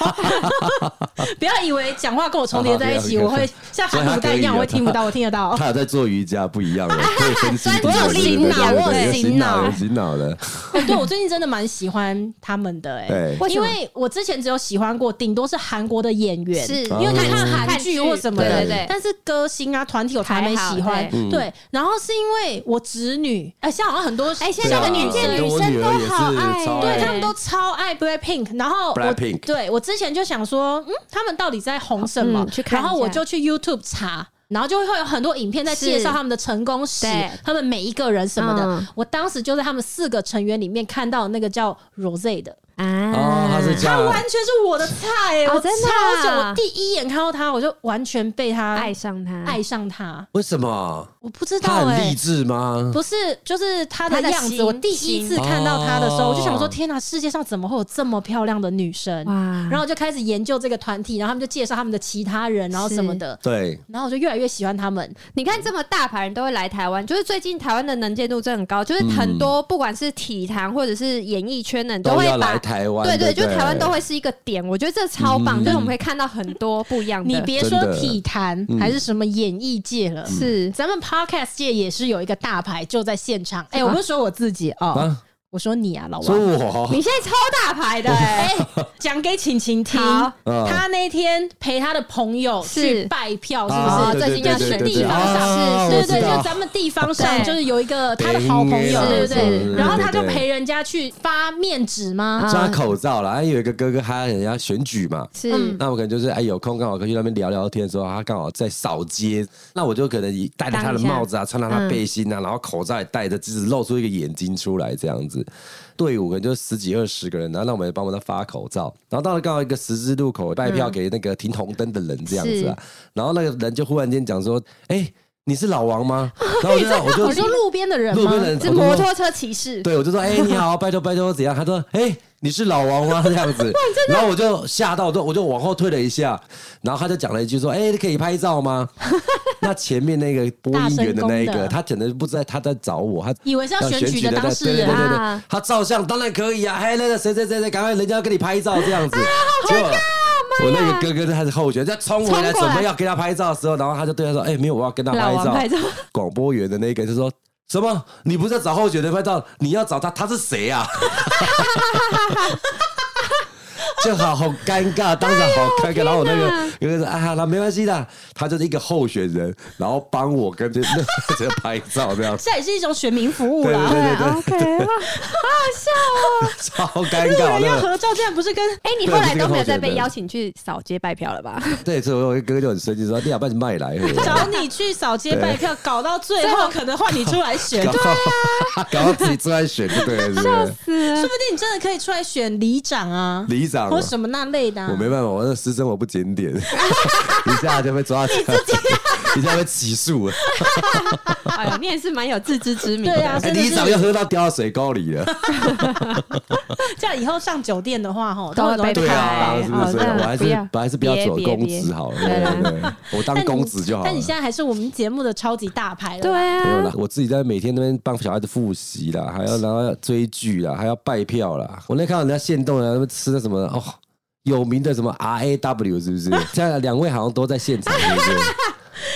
Speaker 2: 不要以为讲话跟我重叠在一起，
Speaker 1: 好
Speaker 2: 我
Speaker 1: 好不要
Speaker 2: 会像韩国蛋
Speaker 1: 所
Speaker 2: 一样，
Speaker 1: 以他可以啊
Speaker 2: 我会听不到，我听得到。
Speaker 1: 她有在做瑜伽，不一
Speaker 3: <laughs>
Speaker 1: 样了，可以分心。
Speaker 3: 我
Speaker 1: 对
Speaker 3: 有
Speaker 1: 对
Speaker 3: 醒
Speaker 1: 对
Speaker 3: 脑
Speaker 1: 对
Speaker 3: 我有
Speaker 1: 对有
Speaker 3: 醒
Speaker 1: 醒
Speaker 3: 脑
Speaker 1: 有醒脑的。
Speaker 2: 哦 <laughs> 对我最近真的蛮喜欢他们的哎、
Speaker 1: 对，
Speaker 3: 为什
Speaker 2: 因
Speaker 3: 么
Speaker 2: 为我之前只有喜欢过，顶多是韩国的演员，
Speaker 3: 是
Speaker 2: 因为
Speaker 1: 哦
Speaker 2: 你看韩剧或什么的，
Speaker 3: 对对对
Speaker 2: 但是歌星啊、团体我没喜
Speaker 3: 还
Speaker 2: 欢
Speaker 3: 好，
Speaker 1: 对
Speaker 2: 对。然后是因为我侄女，哎，现在好像很多，
Speaker 3: 哎现在
Speaker 1: 对啊
Speaker 3: 这个女
Speaker 1: 对
Speaker 3: 生
Speaker 1: 我
Speaker 3: 女生
Speaker 1: 女
Speaker 3: 都
Speaker 1: 儿也是
Speaker 3: 好爱，
Speaker 1: 超
Speaker 2: 对
Speaker 1: 爱
Speaker 2: 他们都超爱 Blackpink，然后我
Speaker 1: Blackpink
Speaker 2: 对我之前就想说，嗯，他们到底在红什么
Speaker 3: 嗯？去看一下
Speaker 2: 然后我就去 YouTube 查。然后就会有很多影片在介绍
Speaker 3: 是
Speaker 2: 他们的成功史
Speaker 3: 对，
Speaker 2: 他们每一个人什么的。
Speaker 3: 嗯
Speaker 2: 我当时就在他们四个成员里面看到那个叫 Rose 的，
Speaker 3: 啊
Speaker 1: 哦，她是这样
Speaker 2: 完。全是我的菜、欸，
Speaker 3: 哦
Speaker 2: 我超
Speaker 3: 真的啊
Speaker 2: 喜欢我第一眼看到他，我就完全被他
Speaker 3: 爱上他，
Speaker 2: 爱上他。
Speaker 1: 为什么？
Speaker 2: 我不知
Speaker 1: 她
Speaker 2: 道
Speaker 1: 很
Speaker 3: 欸
Speaker 2: 哎、
Speaker 1: 励志吗？
Speaker 2: 不是，就是他的
Speaker 3: 他的
Speaker 2: 样子。
Speaker 3: 心
Speaker 2: 我第一
Speaker 1: 心
Speaker 2: 次看到他的时候，
Speaker 1: 哦
Speaker 2: 我就想说：天哪，世界上怎么会有这么漂亮的女生？
Speaker 3: 哇，
Speaker 2: 然后我就开始研究这个团体，然后他们就介绍他们的其他人，然后什么的。
Speaker 1: 对，
Speaker 2: 然后我就越来越喜欢他们，
Speaker 3: 你看这么大牌人都会来台湾，就是最近台湾的能见度真的很高，就是很多不管是体坛或者是演艺圈的人
Speaker 1: 嗯都
Speaker 3: 会
Speaker 1: 要
Speaker 3: 把
Speaker 1: 来。台湾。
Speaker 3: 对
Speaker 1: 对
Speaker 3: 对，
Speaker 1: 不
Speaker 3: 就
Speaker 1: 对，
Speaker 3: 台湾都会是一个点，我觉得这超棒，
Speaker 1: 嗯
Speaker 3: 就是我们会看到很多不一样的。
Speaker 2: 你别
Speaker 1: 真
Speaker 2: 说
Speaker 1: 的嗯
Speaker 2: 体坛还是什么演艺界了，
Speaker 3: 是
Speaker 2: 咱们 podcast 界也是有一个大牌就在现场。哎，我不是说我自己哦
Speaker 1: 啊，
Speaker 2: <laughs> 我说你啊，老
Speaker 1: 说
Speaker 2: 王。
Speaker 1: 我
Speaker 3: 你现在超大牌的 <laughs> 哎、
Speaker 2: 哎，讲给晴晴听
Speaker 3: 好，
Speaker 1: 嗯
Speaker 2: 她那天陪她的朋友
Speaker 3: 是
Speaker 2: 去拜票，是
Speaker 1: 啊
Speaker 2: 不
Speaker 3: 哦
Speaker 2: 是？
Speaker 1: 对
Speaker 3: 最近要
Speaker 1: 对对
Speaker 3: 选
Speaker 1: 对
Speaker 3: 地方
Speaker 1: 对
Speaker 3: 上
Speaker 1: 啊
Speaker 3: 市
Speaker 1: 我
Speaker 2: 对
Speaker 1: 知
Speaker 2: 对，
Speaker 1: 道
Speaker 2: 就咱们地方上
Speaker 3: 对
Speaker 2: 就是有一个她的好朋友，
Speaker 3: 对
Speaker 2: 对不
Speaker 3: 是
Speaker 2: 对？
Speaker 3: 是
Speaker 2: 然后她
Speaker 1: 对
Speaker 2: 就
Speaker 1: 对
Speaker 2: 陪人家去发面纸
Speaker 3: 啊
Speaker 1: <laughs>
Speaker 2: 吗？
Speaker 1: 抓口罩了，还有一个哥哥，他人家选举嘛，
Speaker 3: 是、
Speaker 2: 嗯
Speaker 1: 那我可能就是哎有空刚好可以去那边聊聊天的时候，他刚好在扫街，那我就可能以戴着他的帽子啊，穿上他背心啊，然后口罩也戴着，只露出一个眼睛出来这样子。队伍可能就十几二十个人，然后让我们帮忙他发口罩，然后到了刚好一个十字路口，拜票给那个停红灯的人这样子啊，然后那个人就忽然间讲说：“哎、你是老王 <laughs> 吗？”然后我就我就
Speaker 2: 你说路边的人
Speaker 1: 路
Speaker 2: 吗
Speaker 1: 边？的人
Speaker 3: 是
Speaker 1: 我就说
Speaker 3: 摩托车骑士，
Speaker 1: 对，我就说，哎、你好，拜托拜托，怎样？他说，哎、你是老王吗？ <laughs> 这样子，然后我就吓到，我就我就往后退了一下，然后他就讲了一句说，哎、可以拍照
Speaker 2: <laughs>
Speaker 1: 吗？那前面那个播音员的那一
Speaker 2: 大声公
Speaker 1: 个，
Speaker 2: 的
Speaker 1: 他可能不知道他在找我，他
Speaker 2: 以为是要选举的
Speaker 1: 那
Speaker 2: 当事人
Speaker 1: 对对对对对
Speaker 3: 啊，
Speaker 1: 他照相当然可以啊，嘿，那个谁谁谁谁，赶快人家要跟你拍照这样
Speaker 2: 啊
Speaker 1: 子，结果。我那个哥哥他是后援，他冲回来
Speaker 3: 冲过来
Speaker 1: 准备要跟他拍照的时候，然后他就对他说：“哎、没有，我要跟他
Speaker 3: 老
Speaker 1: 拍
Speaker 3: 王
Speaker 1: 照。”
Speaker 3: 拍照，
Speaker 1: 广播员的那个就说什么？你不是要找候选人拍照，你要找他，他是谁啊？ <laughs> 就好好尴尬，当时好尴尬。然后我那个有个人说啊，那没关系的，他就是一个候选人，然后帮我跟这 <laughs> 那这拍照这样，
Speaker 2: 这也是一种选民服务
Speaker 1: 对对
Speaker 2: 啦。
Speaker 1: 对对
Speaker 3: OK 啊
Speaker 1: <laughs> 超尴
Speaker 2: 路
Speaker 1: 尬
Speaker 2: 人要
Speaker 1: 那个。
Speaker 2: 合照，竟然不是
Speaker 1: <laughs>
Speaker 2: 跟
Speaker 3: 哎、你
Speaker 1: 对
Speaker 3: 后
Speaker 1: 不
Speaker 3: 来
Speaker 1: 是
Speaker 3: 都
Speaker 1: 个
Speaker 3: 没
Speaker 1: 候
Speaker 3: 有再
Speaker 1: 选
Speaker 3: 被
Speaker 1: 人
Speaker 3: 邀请去扫街拜票了吧？
Speaker 1: 对，所以我哥哥就很生气说：“你要把你卖啊来。”
Speaker 2: <laughs> 找你去扫街拜票，搞到最后可能换你出来选，
Speaker 1: 搞
Speaker 2: 说
Speaker 1: 到搞到自己出来选就对了，是不是？
Speaker 2: 不定你真的可以出来选里长啊，
Speaker 1: 里长
Speaker 2: 或什么那类的啊。
Speaker 3: 嗯
Speaker 1: 我没办法，我那私生活不检点， <laughs> 一下就被抓起
Speaker 3: <laughs>
Speaker 1: 来， <laughs> 一下被起诉了。
Speaker 3: 哎呦，你也是蛮有自知之明的。哎
Speaker 2: 对啊，
Speaker 1: 哎
Speaker 2: 真的
Speaker 1: 里
Speaker 2: 是
Speaker 1: 长又喝到掉到水沟里了，
Speaker 2: 这样以后上酒店的话，吼，
Speaker 3: 都会
Speaker 2: 通常
Speaker 3: 被
Speaker 2: 都
Speaker 1: 对
Speaker 2: 会
Speaker 1: 啊，
Speaker 3: 哎
Speaker 1: 是不是？
Speaker 3: 哦
Speaker 1: 我
Speaker 3: 那
Speaker 1: 还
Speaker 3: 不
Speaker 1: 是
Speaker 3: 要
Speaker 1: 我还是不要
Speaker 3: 别
Speaker 1: 走
Speaker 3: 别
Speaker 1: 公
Speaker 3: 别
Speaker 1: 子好了，
Speaker 3: 对啊
Speaker 1: 对对对，我当
Speaker 2: 但你
Speaker 1: 公子就好了。
Speaker 2: 但你现在还是我们节目的超级大牌了。
Speaker 3: 对。
Speaker 1: 没有
Speaker 3: 啊，
Speaker 1: 啦，我自己在每天那边帮小孩子复习啦，还要然后要追剧啦，还要拜票啦。我那看到人家现动啊，他们吃的什么哦，
Speaker 3: <laughs>
Speaker 1: 有名的什么 R A W 是不是？现在两位好像都在现场，是不是？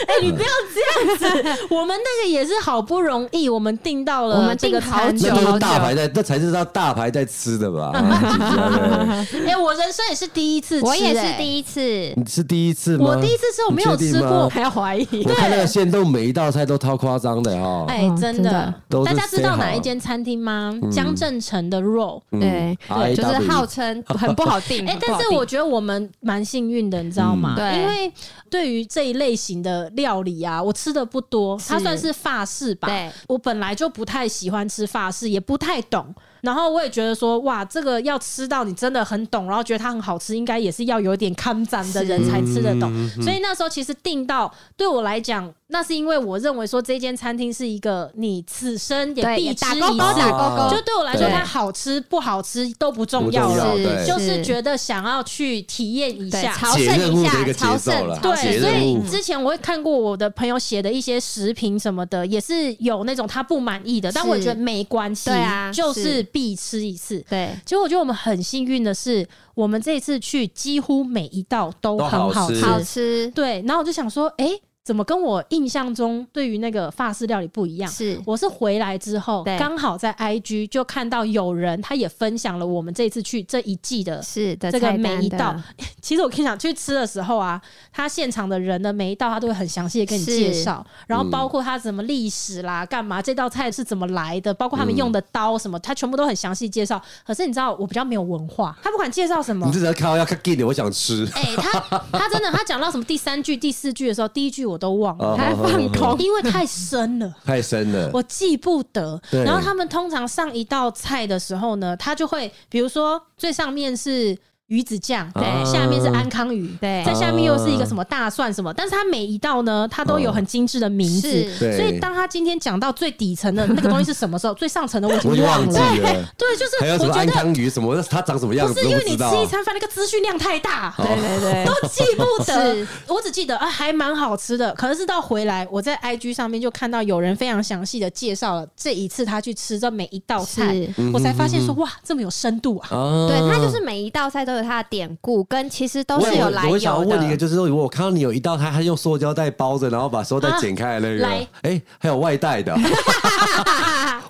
Speaker 2: 哎、你不要这样子，我们那个也是好不容易，我们订到了，
Speaker 3: 我们
Speaker 2: 这个
Speaker 3: 订好
Speaker 2: 餐
Speaker 3: 久
Speaker 1: 那
Speaker 2: 点
Speaker 1: 都
Speaker 3: 好
Speaker 1: 是大
Speaker 3: 久
Speaker 1: 牌在，那才是道大牌在吃的吧？啊姐姐
Speaker 2: 哎、我人生也是第一次吃、
Speaker 3: 我也
Speaker 2: 哎
Speaker 3: 是第一次，
Speaker 1: 你是第一次吗？
Speaker 2: 我第一次吃，我没有
Speaker 1: 你确
Speaker 2: 吃
Speaker 1: 定吗
Speaker 2: 过，还要怀疑
Speaker 1: 我看那个线动，每一道菜都超夸张的哦。
Speaker 2: 哎、
Speaker 3: 哦
Speaker 2: 真
Speaker 3: 真
Speaker 2: 的
Speaker 3: 的，
Speaker 1: 都
Speaker 2: 大
Speaker 1: 是
Speaker 2: 家知道
Speaker 1: say
Speaker 2: 哪一
Speaker 1: 好嗯
Speaker 2: 间餐厅吗？江正成的肉。
Speaker 3: 对，
Speaker 1: R 嗯啊 A
Speaker 3: 就是
Speaker 1: W
Speaker 3: 号称很不好定。
Speaker 2: <laughs> 哎、
Speaker 3: 很不好
Speaker 2: 但是我
Speaker 3: 定
Speaker 2: 觉得我们蛮幸运的，你知道吗？
Speaker 3: 嗯对
Speaker 2: 因为对于这一类型的料理啊，我吃的不多，它
Speaker 3: 是
Speaker 2: 算是法式吧
Speaker 3: 对。
Speaker 2: 我本来就不太喜欢吃法式，也不太懂。然后我也觉得说，哇，这个要吃到你真的很懂，然后觉得它很好吃，应该也是要有点看展的人才吃得
Speaker 3: 嗯
Speaker 2: 懂。所以那时候其实订到对我来讲，那是因为我认为说这间餐厅是一个你此生也
Speaker 3: 对
Speaker 2: 必
Speaker 3: 也
Speaker 2: 吃
Speaker 3: 打
Speaker 2: 一
Speaker 3: 勾勾
Speaker 2: 次
Speaker 3: 打勾勾，
Speaker 2: 就对我来说，
Speaker 1: 对
Speaker 2: 它好吃不好吃都不重
Speaker 1: 啊不
Speaker 2: 要
Speaker 1: 重
Speaker 2: 了
Speaker 1: 要，
Speaker 3: 是
Speaker 1: 对
Speaker 2: 就是觉得想要去体验一
Speaker 3: 对
Speaker 2: 下。
Speaker 3: 朝
Speaker 1: 解任
Speaker 3: 圣
Speaker 1: 务
Speaker 3: 一
Speaker 1: 的一
Speaker 3: 下，
Speaker 1: 个
Speaker 3: 朝
Speaker 1: 节奏
Speaker 3: 圣
Speaker 1: 啦
Speaker 3: 朝
Speaker 1: 对
Speaker 3: 圣
Speaker 1: 解
Speaker 2: 所
Speaker 1: 任
Speaker 2: 以
Speaker 1: 务
Speaker 2: 之前我会看过我的朋友写的一些食评什么的，也是有那种他不满意的，但
Speaker 3: 是
Speaker 2: 我也觉得没关系，
Speaker 3: 对啊
Speaker 2: 就是
Speaker 3: 是
Speaker 2: 必吃一次。
Speaker 3: 对，
Speaker 2: 结果我觉得我们很幸运的是，我们这一次去几乎每一道都
Speaker 1: 都
Speaker 2: 很
Speaker 1: 好
Speaker 2: 好
Speaker 1: 吃
Speaker 2: 吃，
Speaker 1: 是
Speaker 3: 好吃
Speaker 2: 对，然后我就想说，哎、怎么跟我印象中对于那个法式料理不一样？
Speaker 3: 是
Speaker 2: 我是回来之后，
Speaker 3: 对
Speaker 2: 刚好在 IG 就看到有人他也分享了我们这次去这一季的。
Speaker 3: 是的，
Speaker 2: 这个
Speaker 3: 菜
Speaker 2: 每
Speaker 3: 单
Speaker 2: 一
Speaker 3: 的
Speaker 2: 道，其实我跟你讲，去吃的时候啊，他现场的人的每一道他都会很详细的跟你介
Speaker 3: 是
Speaker 2: 绍，然后包括他什么历史啦、干嘛这道菜是怎么来的，包括他们用的刀什么，他全部都很详细介绍。可是你知道，我比较没有文化，他不管介绍什
Speaker 1: <laughs>
Speaker 2: 么
Speaker 1: 你，这只要看到要看 g 的，我想吃。
Speaker 2: 哎、他他真的，他讲到什么第三句、第四句的时候，第一句我都忘了，
Speaker 1: 哦
Speaker 2: 他放
Speaker 1: 哦
Speaker 2: 空，因为太深了。
Speaker 1: 太深了，
Speaker 2: 我记不得，
Speaker 1: 对
Speaker 2: 然后他们通常上一道菜的时候呢，他就会，比如说最上面是鱼子酱，
Speaker 1: 对
Speaker 2: 下面是安康鱼，
Speaker 1: 啊
Speaker 3: 对
Speaker 2: 在下面又是一个什么大蒜什么，但是它每一道呢，它都有很精致的名字，
Speaker 3: 是
Speaker 1: 对
Speaker 2: 所以当他今天讲到最底层的那个东西是什么时候，最上层的我已
Speaker 1: 我已
Speaker 2: 经
Speaker 1: 经
Speaker 2: 忘
Speaker 1: 忘记
Speaker 2: 了，
Speaker 1: 了。
Speaker 2: 对，就是
Speaker 1: 还有什
Speaker 2: 我
Speaker 1: 么
Speaker 2: 觉
Speaker 1: 安
Speaker 2: 得
Speaker 1: 康鱼什么，它长什么样
Speaker 2: 不
Speaker 1: 子
Speaker 2: 是
Speaker 1: 都
Speaker 2: 因
Speaker 1: 不
Speaker 2: 为你
Speaker 1: 知
Speaker 2: 吃
Speaker 1: 道。
Speaker 2: 一餐饭那个资讯量太大，
Speaker 3: <laughs> 对对
Speaker 1: <laughs>
Speaker 3: 对，
Speaker 2: 都记不得
Speaker 3: <laughs> 是，
Speaker 2: 我只记得啊，还蛮好吃的。可能是到回来，我在 IG 上面就看到有人非常详细的介绍了这一次他去吃这每一道菜
Speaker 3: 是，
Speaker 1: 嗯
Speaker 2: 我才发现说哇，这么有深度啊！
Speaker 1: 啊
Speaker 3: 对，它就是每一道菜都有它的典故，跟其实都
Speaker 1: 我
Speaker 3: 是有
Speaker 1: 哦我
Speaker 3: 来
Speaker 1: 我想要
Speaker 3: 由
Speaker 1: 问你一个，
Speaker 3: 的。
Speaker 1: 就是说，如果我看到你有一道，它它用塑胶袋包着，然后把塑胶
Speaker 2: 啊
Speaker 1: 袋剪开的那
Speaker 2: 来
Speaker 1: 个，哎，还有外带的，
Speaker 2: <laughs>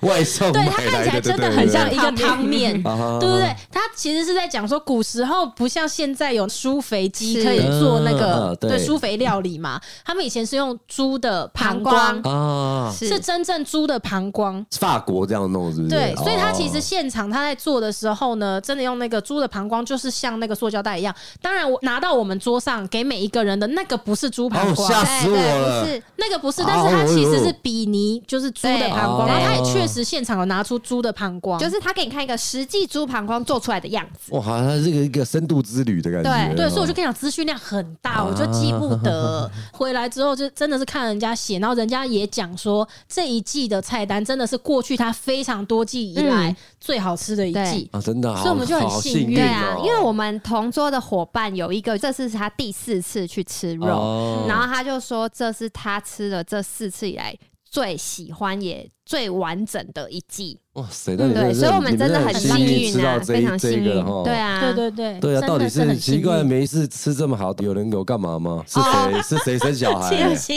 Speaker 1: 外送
Speaker 2: 对，
Speaker 1: 买
Speaker 2: 它看起来
Speaker 1: 来的，
Speaker 2: 真的
Speaker 1: 对
Speaker 2: 很
Speaker 1: 对
Speaker 2: 像
Speaker 1: 对
Speaker 2: 一个汤面，
Speaker 1: <laughs> 啊
Speaker 2: 对不对？它其实是在讲说，古时候不像现在有酥肥机
Speaker 3: 是
Speaker 2: 可以做那个
Speaker 1: 嗯对
Speaker 2: 对酥肥料理嘛，他们以前是用猪的膀胱
Speaker 3: 膀胱，
Speaker 1: 啊，
Speaker 2: 是真正猪的膀胱，
Speaker 1: 法国这样弄是不是？
Speaker 2: 对，所以他其实
Speaker 1: 哦
Speaker 2: 现场他在做的时候呢，真的用那个猪的膀胱，就是像那个塑胶袋一样。当然，我拿到我们桌上给每一个人的那个不是猪膀胱，
Speaker 1: 哦吓
Speaker 3: 对
Speaker 1: 死
Speaker 3: 对
Speaker 1: 我了
Speaker 3: 不是
Speaker 2: 那个不是，
Speaker 1: 哦
Speaker 2: 但是它其实
Speaker 1: 哎
Speaker 2: 是
Speaker 1: 呦
Speaker 2: 比尼，就是猪的膀
Speaker 1: 对
Speaker 2: 胱。然后他也
Speaker 1: 哦
Speaker 2: 确实现场有拿出猪的膀胱，
Speaker 3: 就是他给你看一个实际猪膀胱做出来的样子。
Speaker 1: 哇，它这个一个深度之旅的感觉。
Speaker 2: 对，所以我就跟你讲，资讯量很大，我就记不
Speaker 1: 啊
Speaker 2: 得。回来之后就真的是看人家写，然后人家也讲说这一季的菜单真的是过去它非常多季以来
Speaker 3: 嗯
Speaker 2: 最好吃的一
Speaker 3: 对
Speaker 2: 季。
Speaker 1: 啊，真的，
Speaker 2: 所以
Speaker 1: 好
Speaker 2: 我们就很
Speaker 1: 好
Speaker 2: 幸
Speaker 1: 幸
Speaker 2: 运
Speaker 1: 运
Speaker 3: 对啊
Speaker 1: 哦，
Speaker 3: 因为我们同桌的伙伴有一个，这次是他第四次去吃肉，
Speaker 1: 哦
Speaker 3: 然后他就说这是他吃了这四次以来最喜欢也最完整的一季。
Speaker 1: 哇塞，那
Speaker 3: 嗯，
Speaker 1: 你
Speaker 3: 对，所以我们真的很幸
Speaker 1: 知
Speaker 3: 运
Speaker 1: 道
Speaker 3: 啊，
Speaker 1: 这
Speaker 3: 非常
Speaker 1: 一
Speaker 3: 幸
Speaker 1: 这
Speaker 3: 运
Speaker 1: 个哈。。
Speaker 3: 对啊，
Speaker 2: 对对对，
Speaker 1: 对啊，
Speaker 2: 真
Speaker 1: 到底
Speaker 2: 的很
Speaker 1: 是奇怪，
Speaker 2: 幸运
Speaker 1: 没事吃这么好，有人有干嘛吗？是
Speaker 3: 哦
Speaker 1: 谁？是谁生小
Speaker 3: <laughs>
Speaker 1: 孩？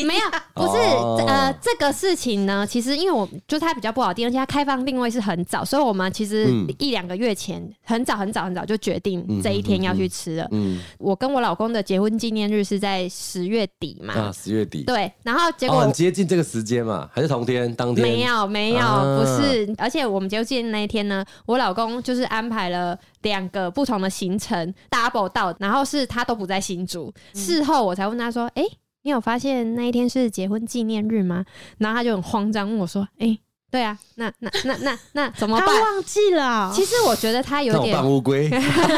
Speaker 3: 没有，不是、
Speaker 1: 哦
Speaker 3: 这呃，这个事情呢，其实因为我就它比较不好定，而且它开放定位是很早，所以我们其实
Speaker 1: 嗯
Speaker 3: 一两个月前、很早很早很早就决定这一天要去吃了。
Speaker 1: 嗯
Speaker 3: 我跟我老公的结婚纪念日是在十月底嘛，
Speaker 1: 啊，十月底，
Speaker 3: 对，然后结
Speaker 1: 哦，
Speaker 3: 果
Speaker 1: 很接近这个时间嘛，还是同天当天？
Speaker 3: 没有没有、
Speaker 1: 啊
Speaker 3: 不是，而且我们结婚纪念那一天呢，我老公就是安排了两个不同的行程 double 到，然后是他都不在新竹。
Speaker 1: 嗯
Speaker 3: 事后我才问他说：“哎、你有发现那一天是结婚纪念日吗？”然后他就很慌张问我说：“哎、对啊，那那那那那怎么
Speaker 2: 他
Speaker 3: 办
Speaker 1: <laughs>
Speaker 2: 忘记了？”
Speaker 3: 其实我觉得他有
Speaker 1: 啊那我
Speaker 3: 点，
Speaker 1: 扮乌龟，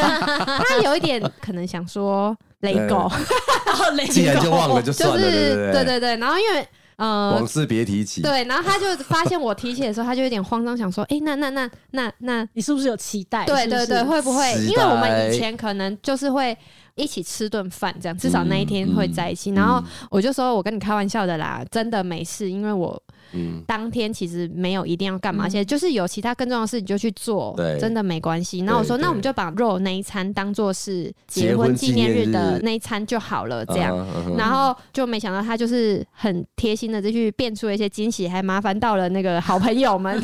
Speaker 3: 他有一点可能想说雷狗，
Speaker 2: 哦，雷
Speaker 1: 既然就忘了，就
Speaker 3: 就
Speaker 1: 算了，
Speaker 3: 是
Speaker 1: 对
Speaker 3: 对
Speaker 1: 对。
Speaker 3: 对对，然后因为呃
Speaker 1: 往，事别提起。
Speaker 3: 对，然后他就发现我提起的时候，他就有点慌张，想说：“哎、那那那那那，
Speaker 2: 你是不是有期待？
Speaker 3: 对
Speaker 2: 是不
Speaker 3: 对
Speaker 2: 是
Speaker 3: 对，会不会？
Speaker 1: 期
Speaker 3: 因为我们
Speaker 1: 待
Speaker 3: 以前可能就是会一起吃顿饭，这样至少那一天会在一起。
Speaker 1: 嗯
Speaker 3: 然后我就说，我跟你开玩笑的啦，真的没事，因为我
Speaker 1: 嗯，
Speaker 3: 当天其实没有一定要干嘛，而且就是有其他更重要的事你就去做
Speaker 1: 对，
Speaker 3: 真的没关系。那我说，
Speaker 1: 对
Speaker 3: 那我们就把肉那一餐当做是
Speaker 1: 结
Speaker 3: 结
Speaker 1: 婚
Speaker 3: 婚
Speaker 1: 纪
Speaker 3: 纪念
Speaker 1: 念
Speaker 3: 日
Speaker 1: 日
Speaker 3: 的那一餐就好了，这样。
Speaker 1: 啊哈啊哈
Speaker 3: 然后就没想到他就是很贴心的，就去变出了一些惊喜，还麻烦到了那个好朋友们。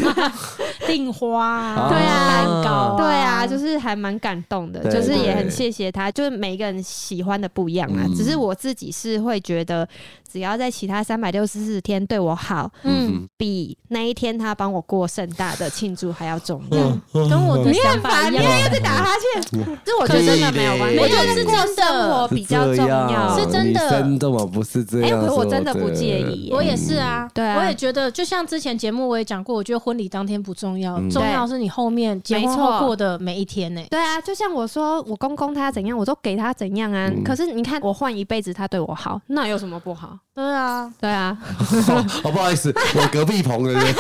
Speaker 2: 订花啊，
Speaker 1: 对啊
Speaker 2: 蛋糕啊，
Speaker 3: 对啊，就是还蛮感动的，
Speaker 1: 对
Speaker 3: 就是也
Speaker 1: 对
Speaker 3: 很谢谢他，就是每一个人喜欢的不一样啊。
Speaker 1: 嗯
Speaker 3: 只是我自己是会觉得，只要在其他三百六十四天对我好，
Speaker 1: 嗯
Speaker 3: 嗯，比那一天他帮我过盛大的庆祝还要重要。
Speaker 2: 嗯，跟我的想法一样。
Speaker 3: 又在打哈欠，这我觉得真的没有关系，
Speaker 1: 可以
Speaker 3: 我
Speaker 1: 嘞
Speaker 3: 觉得
Speaker 2: 没有是
Speaker 3: 过
Speaker 2: 真的
Speaker 3: 生活比较重要。
Speaker 2: 是真的
Speaker 1: 你生的嘛，不是这
Speaker 3: 哎，
Speaker 1: 样。
Speaker 3: 可
Speaker 1: 是
Speaker 3: 我真的不介意耶，
Speaker 2: 我也是啊，
Speaker 3: 对啊
Speaker 2: 我也觉得，就像之前节目我也讲过，我觉得婚礼当天不重要，
Speaker 1: 嗯
Speaker 2: 重要的是你后面结婚
Speaker 3: 没错
Speaker 2: 后过的每一天呢、
Speaker 3: 对啊，就像我说，我公公他怎样，我都给他怎样啊。可是你看，我换一辈子，他对我好，那有什么不好？
Speaker 2: 对啊，
Speaker 3: 对啊，
Speaker 1: <laughs> 哦。好不好意思，我隔壁棚的人，
Speaker 3: <laughs>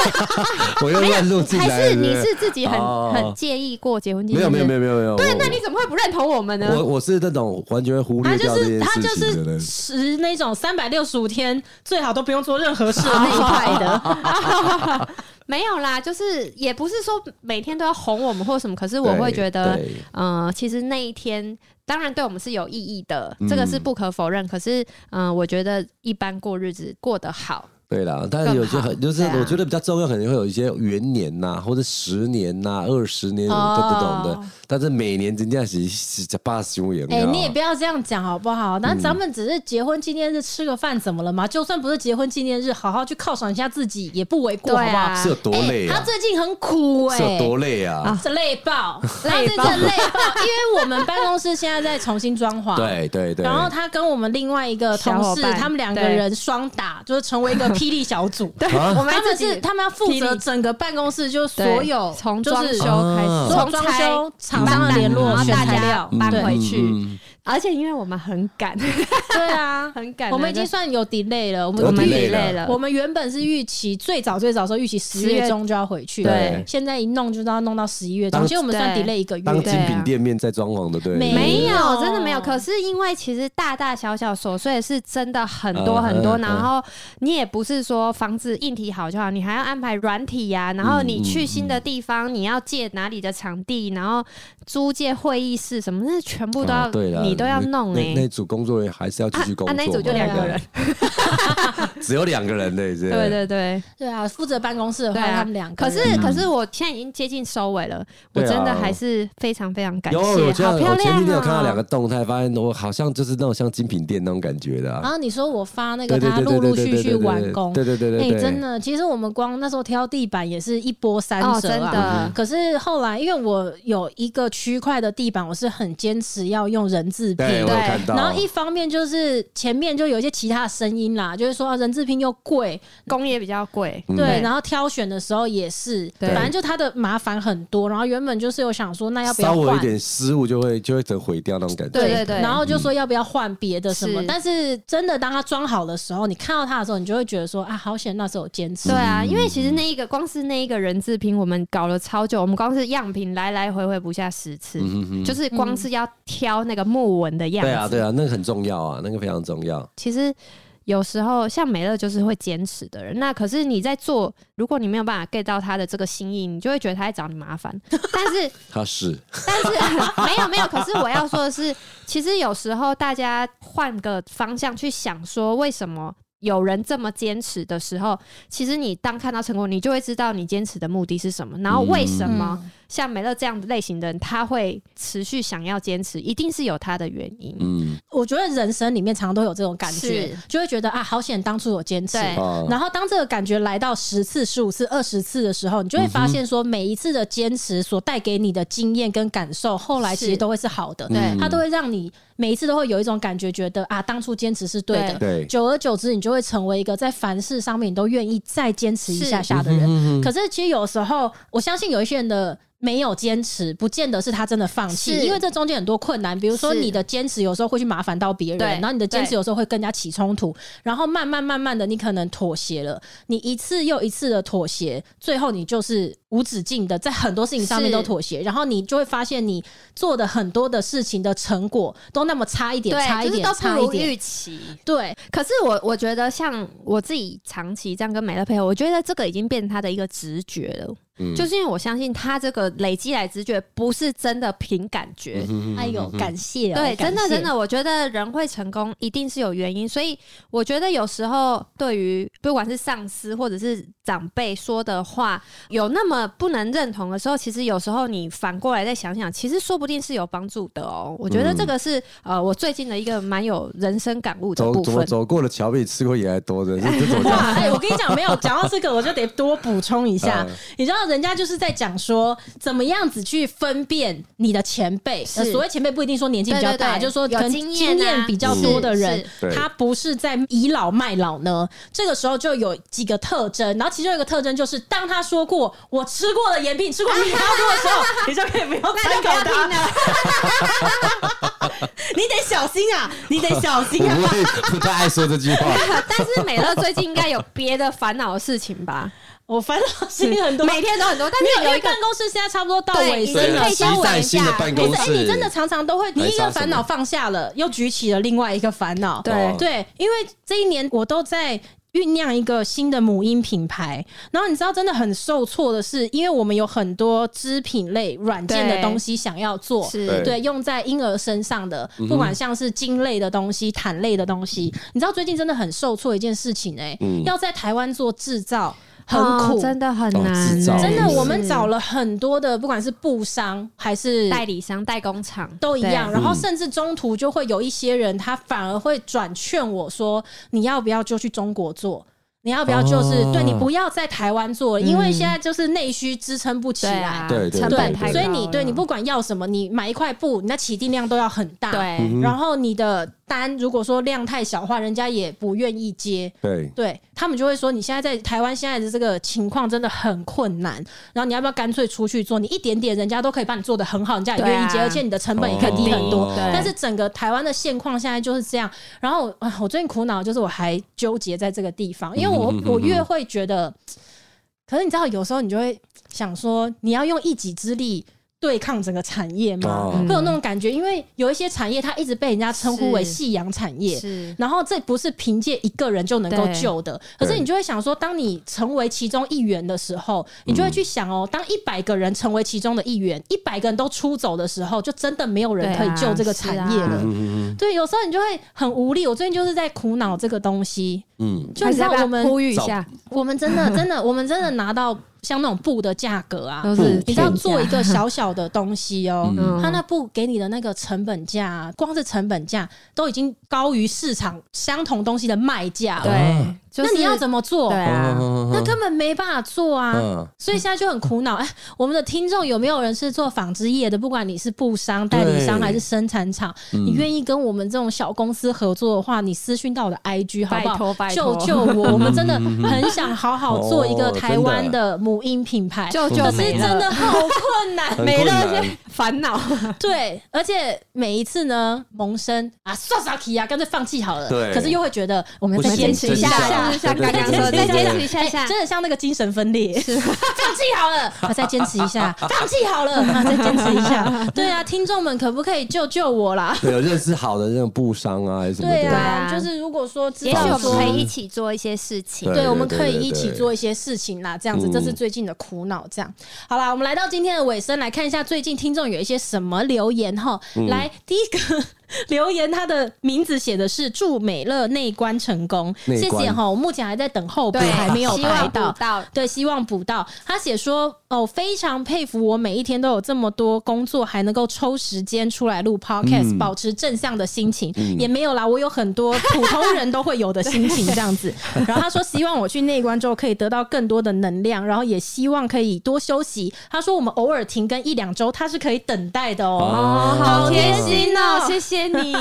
Speaker 1: 我又乱入进来。
Speaker 3: 还
Speaker 1: 对
Speaker 3: 是你
Speaker 1: 不对
Speaker 3: 是自己很、
Speaker 1: 哦
Speaker 3: 很介意过结婚纪
Speaker 1: 没有
Speaker 3: 念日？
Speaker 1: 没有没有没有没有。
Speaker 3: 对
Speaker 1: 哦我，
Speaker 3: 那你怎么会不认同我们呢？ <laughs>
Speaker 1: 我我是那种完全忽
Speaker 2: 他
Speaker 1: 略
Speaker 2: 就
Speaker 1: 掉这
Speaker 2: 是
Speaker 1: 件
Speaker 2: 他
Speaker 1: 事
Speaker 2: 就
Speaker 1: 情的
Speaker 2: 是
Speaker 1: 人。
Speaker 2: 十那种三百六十五天最好都不用做任 <laughs> 何事的
Speaker 1: <laughs>
Speaker 2: 那一派的，
Speaker 3: <laughs> 没有啦，就是也不是说每天都要哄我们或什么，可是我
Speaker 1: 对
Speaker 3: 会觉得，
Speaker 1: 对
Speaker 3: 嗯、其实那一天当然对我们是有意义的，
Speaker 1: 嗯
Speaker 3: 这个是不可否认。可是，嗯、我觉得一般过日子过得好， <laughs>
Speaker 1: 对啦，但是有些很就是
Speaker 3: 对啊
Speaker 1: 我觉得比较重要，可能会有一些元年呐、或者十年呐、二十年什
Speaker 3: 哦
Speaker 1: 么的这种的，但是每年真正是是八十五元。
Speaker 2: 哎、你也不要这样讲好不好？
Speaker 1: 嗯
Speaker 2: 那咱们只是结婚纪念日吃个饭怎么了嘛？就算不是结婚纪念日，好好去犒赏一下自己也不为过，好
Speaker 3: 对
Speaker 2: 不好？
Speaker 3: 啊，
Speaker 1: 是有多累
Speaker 2: 他
Speaker 1: 啊？
Speaker 2: 最近很苦哎、
Speaker 1: 是有多累啊？
Speaker 2: 这累爆，他
Speaker 3: <laughs> 累
Speaker 2: 是
Speaker 3: 爆
Speaker 2: 真累爆，因为我们办公室现在在重新装潢，
Speaker 1: <laughs> 对对对。
Speaker 2: 然后他跟我们另外一个同
Speaker 3: 小伙
Speaker 2: 事，
Speaker 3: 伴
Speaker 2: 他们两个
Speaker 3: 对
Speaker 2: 人双打，就是成为一个霹雳小组。
Speaker 3: 对，
Speaker 1: 啊
Speaker 3: 我
Speaker 2: <laughs>
Speaker 3: 们
Speaker 2: 他们
Speaker 3: 自己
Speaker 2: 是他们要负责
Speaker 3: 霹雳
Speaker 2: 整个办公室，就是
Speaker 3: 对
Speaker 2: 所有
Speaker 3: 从
Speaker 2: 就
Speaker 3: 装
Speaker 2: 是
Speaker 3: 修
Speaker 1: 哦
Speaker 3: 开
Speaker 1: 啊
Speaker 3: 始，
Speaker 2: 从
Speaker 3: 从
Speaker 2: 装
Speaker 3: 拆
Speaker 2: 修厂商的联
Speaker 3: 然
Speaker 2: 络、
Speaker 3: 后
Speaker 2: 选
Speaker 3: 大
Speaker 2: 材
Speaker 3: 家
Speaker 2: 料，
Speaker 3: 搬
Speaker 2: 对
Speaker 3: 回去，
Speaker 1: 嗯
Speaker 3: 而且因为我们很赶， <laughs>
Speaker 2: 对啊，
Speaker 3: 很赶啊，
Speaker 2: 我们已经算有 delay 了，我
Speaker 3: 我
Speaker 1: 有
Speaker 2: 们
Speaker 3: 们
Speaker 1: delay 了
Speaker 3: 累了，
Speaker 2: 我们原本是预期最早最早的时候预期十
Speaker 3: 10
Speaker 2: 月
Speaker 3: 月
Speaker 2: 中就要回去，
Speaker 1: 对
Speaker 2: 现在一弄就要弄到十一月中，
Speaker 1: 当
Speaker 2: 其实我们算
Speaker 3: 对
Speaker 2: delay 一个月，
Speaker 1: 当精
Speaker 3: 对
Speaker 1: 品
Speaker 3: 啊
Speaker 1: 店面在装潢的，对，
Speaker 2: 没
Speaker 3: 没
Speaker 2: 有
Speaker 3: 有，真的
Speaker 2: 嗯
Speaker 3: 没有。可是因为其实大大小小琐碎是真的很多
Speaker 1: 嗯
Speaker 3: 很多，
Speaker 1: 嗯
Speaker 3: 然后你也不是说房子硬体好就好，你还要安排软体
Speaker 1: 嗯
Speaker 3: 呀、然后你去新的地方，你要借哪里的场地，然后租借会议室什么，那全部都要、
Speaker 1: 啊对啦
Speaker 3: 你都要弄哎、
Speaker 1: 那那组工作人员还是要继续工作
Speaker 3: 啊啊
Speaker 1: 嘛，
Speaker 3: 那一组就两个人，
Speaker 1: 对，只有两个人的，对
Speaker 3: 对对对
Speaker 2: 对啊，负责办公室的话，
Speaker 3: 对啊
Speaker 2: 他们两个
Speaker 3: 可
Speaker 2: 人，
Speaker 3: 是
Speaker 1: 嗯
Speaker 3: 可是我现在已经接近收尾了，我
Speaker 1: 对啊
Speaker 3: 真的还是非常非常感
Speaker 1: 有，
Speaker 3: 谢，
Speaker 1: 我这样
Speaker 3: 好漂
Speaker 1: 我前
Speaker 3: 亮
Speaker 1: 几天有看到
Speaker 3: 啊、
Speaker 1: 两个动态，发现我好像就是那种像精品店那种感觉的啊，
Speaker 2: 然后你说我发那
Speaker 1: 对
Speaker 2: 个
Speaker 1: 对
Speaker 2: 他
Speaker 1: 对
Speaker 2: 陆
Speaker 1: 对
Speaker 2: 陆
Speaker 1: 对
Speaker 2: 续
Speaker 1: 对
Speaker 2: 续
Speaker 1: 对
Speaker 2: 完工，
Speaker 1: 对对对对
Speaker 2: 哎、
Speaker 1: 对，
Speaker 2: 真的，其实我们光那时候挑地板也是一波三
Speaker 3: 哦，
Speaker 2: 折
Speaker 3: 真
Speaker 2: 啊。
Speaker 1: 嗯
Speaker 3: 的，
Speaker 2: 可是后来，因为我有一个区块的地板，我是很坚持要用人字拼。
Speaker 1: 对，我有
Speaker 3: 对
Speaker 1: 看到。
Speaker 2: 然后一方面就是前面就有一些其他的声音啦，就是说、啊人字拼又贵，
Speaker 3: 工业比较贵，
Speaker 1: 嗯
Speaker 2: 对，然后挑选的时候也是，
Speaker 3: 对
Speaker 2: 反正就它的麻烦很多。然后原本就是有想说，那要不
Speaker 1: 稍
Speaker 2: 要
Speaker 1: 微有
Speaker 2: 换？
Speaker 1: 点失误就会就会整毁掉那种感觉。
Speaker 3: 对对嗯对
Speaker 2: 然后就说要不要换别的什么？
Speaker 3: 是
Speaker 2: 但是真的当它装好的时候，你看到它的时候，你就会觉得说啊，好险那时候有坚持
Speaker 3: 对。啊，因为其实那一个光是那一个人字拼，我们搞了超久，我们光是样品来来回回不下十
Speaker 1: 嗯
Speaker 3: 次，就是光是要挑那个木纹的样子。
Speaker 1: 对啊对啊，那个很重要啊，那个非常重要。
Speaker 3: 其实有时候像美乐就是会坚持的人，那可是你在做，如果你没有办法 get 到他的这个心意，你就会觉得他在找你麻烦。
Speaker 1: <laughs>
Speaker 3: 但是
Speaker 1: 他是
Speaker 3: 但是 <laughs> 没有没有，可是我要说的是，其实有时候大家换个方向去想，说为什么有人这么坚持的时候，其实你当看到成果，你就会知道你坚持的目的是什么，然后为什么像美乐这样的类型的人，他会持续想要坚持，一定是有他的原因。
Speaker 1: 嗯
Speaker 2: 我觉得人生里面常都有这种感觉
Speaker 3: 是，
Speaker 2: 就会觉得啊，好险当初有坚持。
Speaker 3: 对
Speaker 1: 啊，
Speaker 2: 然后当这个感觉来到十次、十五次、二十次的时候，你就会发现说，每一次的坚持所带给你的经验跟感受，后来其实
Speaker 3: 是
Speaker 2: 都会是好的。
Speaker 3: 对
Speaker 2: 它都会让你每一次都会有一种感觉，觉得啊，当初坚持是对的。
Speaker 1: 对
Speaker 2: 久而久之，你就会成为一个在凡事上面你都愿意再坚持一下下的人。可是其实有时候，我相信有一些人的没有坚持，不见得是他真的放弃，
Speaker 3: 是
Speaker 2: 因为这中间很多困难，比如说
Speaker 3: 是
Speaker 2: 你的坚持有时候会去麻烦到别人，
Speaker 3: 对
Speaker 2: 然后你的坚持
Speaker 3: 对
Speaker 2: 有时候会跟人家起冲突，然后慢慢慢慢的你可能妥协了，你一次又一次的妥协，最后你就是无止境的在很多事情上面
Speaker 3: 是
Speaker 2: 都妥协，然后你就会发现你做的很多的事情的成果都那么差一点，差一
Speaker 3: 对，就是
Speaker 2: 点，
Speaker 3: 都
Speaker 2: 差一
Speaker 3: 不如
Speaker 2: 点，
Speaker 3: 预期。
Speaker 2: 对，
Speaker 3: 可是我我觉得，像我自己长期这样跟美乐配合，我觉得这个已经变成他的一个直觉了。
Speaker 1: 嗯
Speaker 3: 就是因为我相信他这个累积来直觉，不是真的凭感觉。
Speaker 1: 嗯
Speaker 2: 哎呦，感谢、哦，
Speaker 3: 对，真的
Speaker 2: 感谢
Speaker 3: 真的，我觉得人会成功一定是有原因，所以我觉得有时候对于不管是上司或者是长辈说的话，有那么不能认同的时候，其实有时候你反过来再想想，其实说不定是有帮助的哦。我觉得这个是、呃，我最近的一个蛮有人生感悟的
Speaker 1: 走
Speaker 3: 部
Speaker 1: 走
Speaker 3: 分。
Speaker 1: 走过的桥比你吃过盐还多的，这这怎么讲？
Speaker 3: <laughs>
Speaker 2: 哇，哎、我跟你讲，没有讲到这个，我就得多补充一下。
Speaker 1: <laughs> 嗯
Speaker 2: 你知道，人家就是在讲说，怎么样子去分辨你的前辈。
Speaker 3: 是
Speaker 2: 呃所谓前辈不一定说年纪比较大，
Speaker 3: 对对对
Speaker 2: 就是说
Speaker 3: 有
Speaker 2: 跟
Speaker 3: 经验啊
Speaker 2: 经验比较多的人
Speaker 3: 是
Speaker 1: 是，对
Speaker 2: 他不是在倚老卖老呢。这个时候就有几个特征，然后其中有一个特征就是，当他说过我吃过了盐比你吃过米糕多的时
Speaker 3: <laughs>
Speaker 2: 候，你就可以不用
Speaker 3: 那
Speaker 2: 参
Speaker 3: 就不
Speaker 2: 考
Speaker 3: 要听
Speaker 2: 他，
Speaker 3: 了。
Speaker 2: 你得小心啊，你得小心
Speaker 1: 我
Speaker 2: 啊
Speaker 1: 不。会不太爱说这句话。
Speaker 3: <laughs> 但是美乐最近应该有别的烦恼的事情
Speaker 2: <laughs>
Speaker 3: 吧？
Speaker 2: <laughs> 我烦恼心很多，
Speaker 3: 每天都很多，但
Speaker 2: 没
Speaker 3: 是
Speaker 2: 有，因
Speaker 3: 有
Speaker 2: 为
Speaker 3: 一个
Speaker 2: 办公室现在差不多到
Speaker 3: 对啊
Speaker 2: 尾
Speaker 3: 已
Speaker 2: 声
Speaker 3: 经
Speaker 2: 了
Speaker 3: 可，以
Speaker 1: 期
Speaker 3: 先稳
Speaker 1: 待
Speaker 3: 一
Speaker 1: 新的
Speaker 3: 下
Speaker 1: 办
Speaker 2: 可
Speaker 1: 公
Speaker 2: 是，哎、
Speaker 1: 室，
Speaker 2: 你真的常常都会，你
Speaker 1: 来
Speaker 2: 一个
Speaker 1: 查什
Speaker 2: 烦
Speaker 1: 么
Speaker 2: 恼放下了，又举起了另外一个烦恼。
Speaker 1: 哦
Speaker 2: 对，因为这一年我都在。酝酿一个新的母婴品牌，然后你知道真的很受挫的是，因为我们有很多织品类软件的
Speaker 3: 对
Speaker 2: 东西想要做，
Speaker 1: 对
Speaker 2: 对，用在婴儿身上的，不管像是茎类的东西、毯类的东西，你知道最近真的很受挫一件事情哎、
Speaker 1: 嗯
Speaker 2: 要在台湾做制造很
Speaker 3: 哦
Speaker 2: 苦，
Speaker 3: 真的很
Speaker 1: 哦
Speaker 3: 难
Speaker 1: 制造
Speaker 3: 欸，
Speaker 2: 真的
Speaker 1: 是
Speaker 2: 我们找了很多的，不管是布商还是
Speaker 3: 代理商、代工厂
Speaker 2: 都一样，
Speaker 3: 对
Speaker 2: 然后甚至中途就会有一些人，他反而会转劝我说：“你要不要就去中国做？你要不要就是、
Speaker 1: 哦
Speaker 2: 对你不要在台湾做，
Speaker 3: 嗯
Speaker 2: 因为现在就是内需支撑不起
Speaker 3: 对
Speaker 2: 来
Speaker 3: 啊，，
Speaker 1: 对对
Speaker 3: 成本太高了，
Speaker 2: 所以你对你不管要什么，你买一块布，你那起订量都要很大，
Speaker 3: 对
Speaker 1: 嗯
Speaker 2: 然后你的单如果说量太小的话，人家也不愿意接，
Speaker 1: 对，
Speaker 2: 对他们就会说，你现在在台湾现在的这个情况真的很困难，然后你要不要干脆出去做？你一点点，人家都可以帮你做的很好，人家也愿意接，
Speaker 3: 对啊
Speaker 2: 而且你的成本也可以低很多。
Speaker 1: 哦
Speaker 3: 对
Speaker 2: 但是整个台湾的现况现在就是这样。然后啊，我最近苦恼就是我还纠结在这个地方，因为
Speaker 3: <laughs>
Speaker 2: 我
Speaker 1: 嗯哼
Speaker 2: 我越会觉得，可是你知道，有时候你就会想说，你要用一己之力。对抗整个产业吗？
Speaker 1: 哦
Speaker 2: 会有那种感觉，因为有一些产业它一直被人家称呼为
Speaker 3: 是
Speaker 2: 夕阳产业，
Speaker 3: 是
Speaker 2: 然后这不是凭借一个人就能够
Speaker 3: 对
Speaker 2: 救的，可是
Speaker 1: 对
Speaker 2: 你就会想说，当你成为其中一员的时候，你就会去想哦，当一百个人成为其中的一员，一百个人都出走的时候，就真的没有人
Speaker 3: 对
Speaker 2: 可以
Speaker 3: 啊
Speaker 2: 救这个
Speaker 3: 是
Speaker 2: 产
Speaker 3: 啊
Speaker 2: 业了。
Speaker 1: 嗯嗯
Speaker 2: 对，有时候你就会很无力。我最近就是在苦恼这个东西，
Speaker 1: 嗯，
Speaker 2: 就你知道
Speaker 3: 还是要
Speaker 2: 我们
Speaker 3: 不要呼吁一下，
Speaker 2: 我们真
Speaker 3: <laughs>
Speaker 2: 的真的我们真的拿到像那种布的价格啊，
Speaker 3: 都是
Speaker 2: 你知道
Speaker 3: 天价
Speaker 2: 做一个小小的东西哦、
Speaker 3: 嗯
Speaker 2: 他那布给你的那个成本价、光是成本价都已经高于市场相同东西的卖价了。
Speaker 3: 对，
Speaker 1: 啊
Speaker 3: 就是
Speaker 2: 那你要怎么做
Speaker 3: 对？啊？
Speaker 2: 那
Speaker 1: 那
Speaker 2: 根本没办法做啊。
Speaker 1: 嗯
Speaker 2: 所以现在就很苦恼，哎，我们的听众有没有人是做纺织业的？不管你是布商、代理商
Speaker 1: 对
Speaker 2: 还是生产厂，
Speaker 3: 嗯
Speaker 2: 你愿意跟我们这种小公司合作的话，你私讯到我的 IG 好不
Speaker 3: 拜
Speaker 2: 好
Speaker 3: 托？拜
Speaker 2: 救
Speaker 3: 托
Speaker 2: 救我！我们
Speaker 3: <laughs>
Speaker 2: 真的很想好好做一个
Speaker 1: 哦
Speaker 2: 台湾的母婴品牌，
Speaker 3: 救救
Speaker 2: 可是
Speaker 3: 美乐
Speaker 2: 真的好困难
Speaker 1: 很，
Speaker 3: 美
Speaker 1: 困难
Speaker 3: 乐烦恼，
Speaker 2: 对，而且每一次呢，萌生啊，算啥题啊，干脆放弃好了。
Speaker 1: 对
Speaker 2: 可是又会觉得我们
Speaker 1: 不
Speaker 2: 再
Speaker 1: 行
Speaker 2: 坚持
Speaker 1: 持
Speaker 2: 一下
Speaker 1: 真
Speaker 2: 下
Speaker 1: 的，
Speaker 3: 像刚刚说的，
Speaker 2: 对对对
Speaker 3: 再
Speaker 2: 对
Speaker 3: 坚持一下下
Speaker 2: 哎，真的像那个精神分裂，放弃好了，啊 <laughs> 再坚持一下，放弃好了，啊 <laughs> 再坚持一下。 <laughs> 对啊，听众们可不可以救救我啦？
Speaker 1: 对，有认识好的那种布商啊，还是什么
Speaker 2: 对
Speaker 1: 的，
Speaker 2: 啊，
Speaker 3: 对啊
Speaker 2: 就是如果说知
Speaker 3: 也许
Speaker 2: 道
Speaker 3: 我
Speaker 2: 说
Speaker 3: 们可以一起做一些事情
Speaker 1: 对。
Speaker 2: 对，我们可以
Speaker 1: 对对
Speaker 2: 一起
Speaker 1: 对
Speaker 2: 做一些事情啦，这样子，
Speaker 1: 嗯
Speaker 2: 这是最近的苦恼。这样，好啦，我们来到今天的尾声，来看一下最近听众有一些什么留言哈。
Speaker 1: 嗯
Speaker 2: 来，第一个 <laughs> 留言，他的名字写的是“祝美乐内观成功”，
Speaker 1: 内
Speaker 2: 谢
Speaker 1: 观
Speaker 2: 谢哈。我目前还在等候补，
Speaker 3: 对，
Speaker 2: 还没有
Speaker 3: 希
Speaker 2: 排
Speaker 3: 望
Speaker 2: 到
Speaker 3: 不。到
Speaker 2: 对，希望补到。他写说：“哦，非常佩服我，每一天都有这么多工作，还能够抽时间出来录 podcast，、保持正向的心情、也没有啦。我有很多普通人都会有的心情这样 <laughs> 子。然后他说，希望我去内观之后可以得到更多的能量，然后也希望可以多休息。他说，我们偶尔停更一两周，他是可以等待的哦。
Speaker 1: 哦
Speaker 2: 好贴心哦
Speaker 3: 谢
Speaker 2: <laughs>
Speaker 3: 谢你。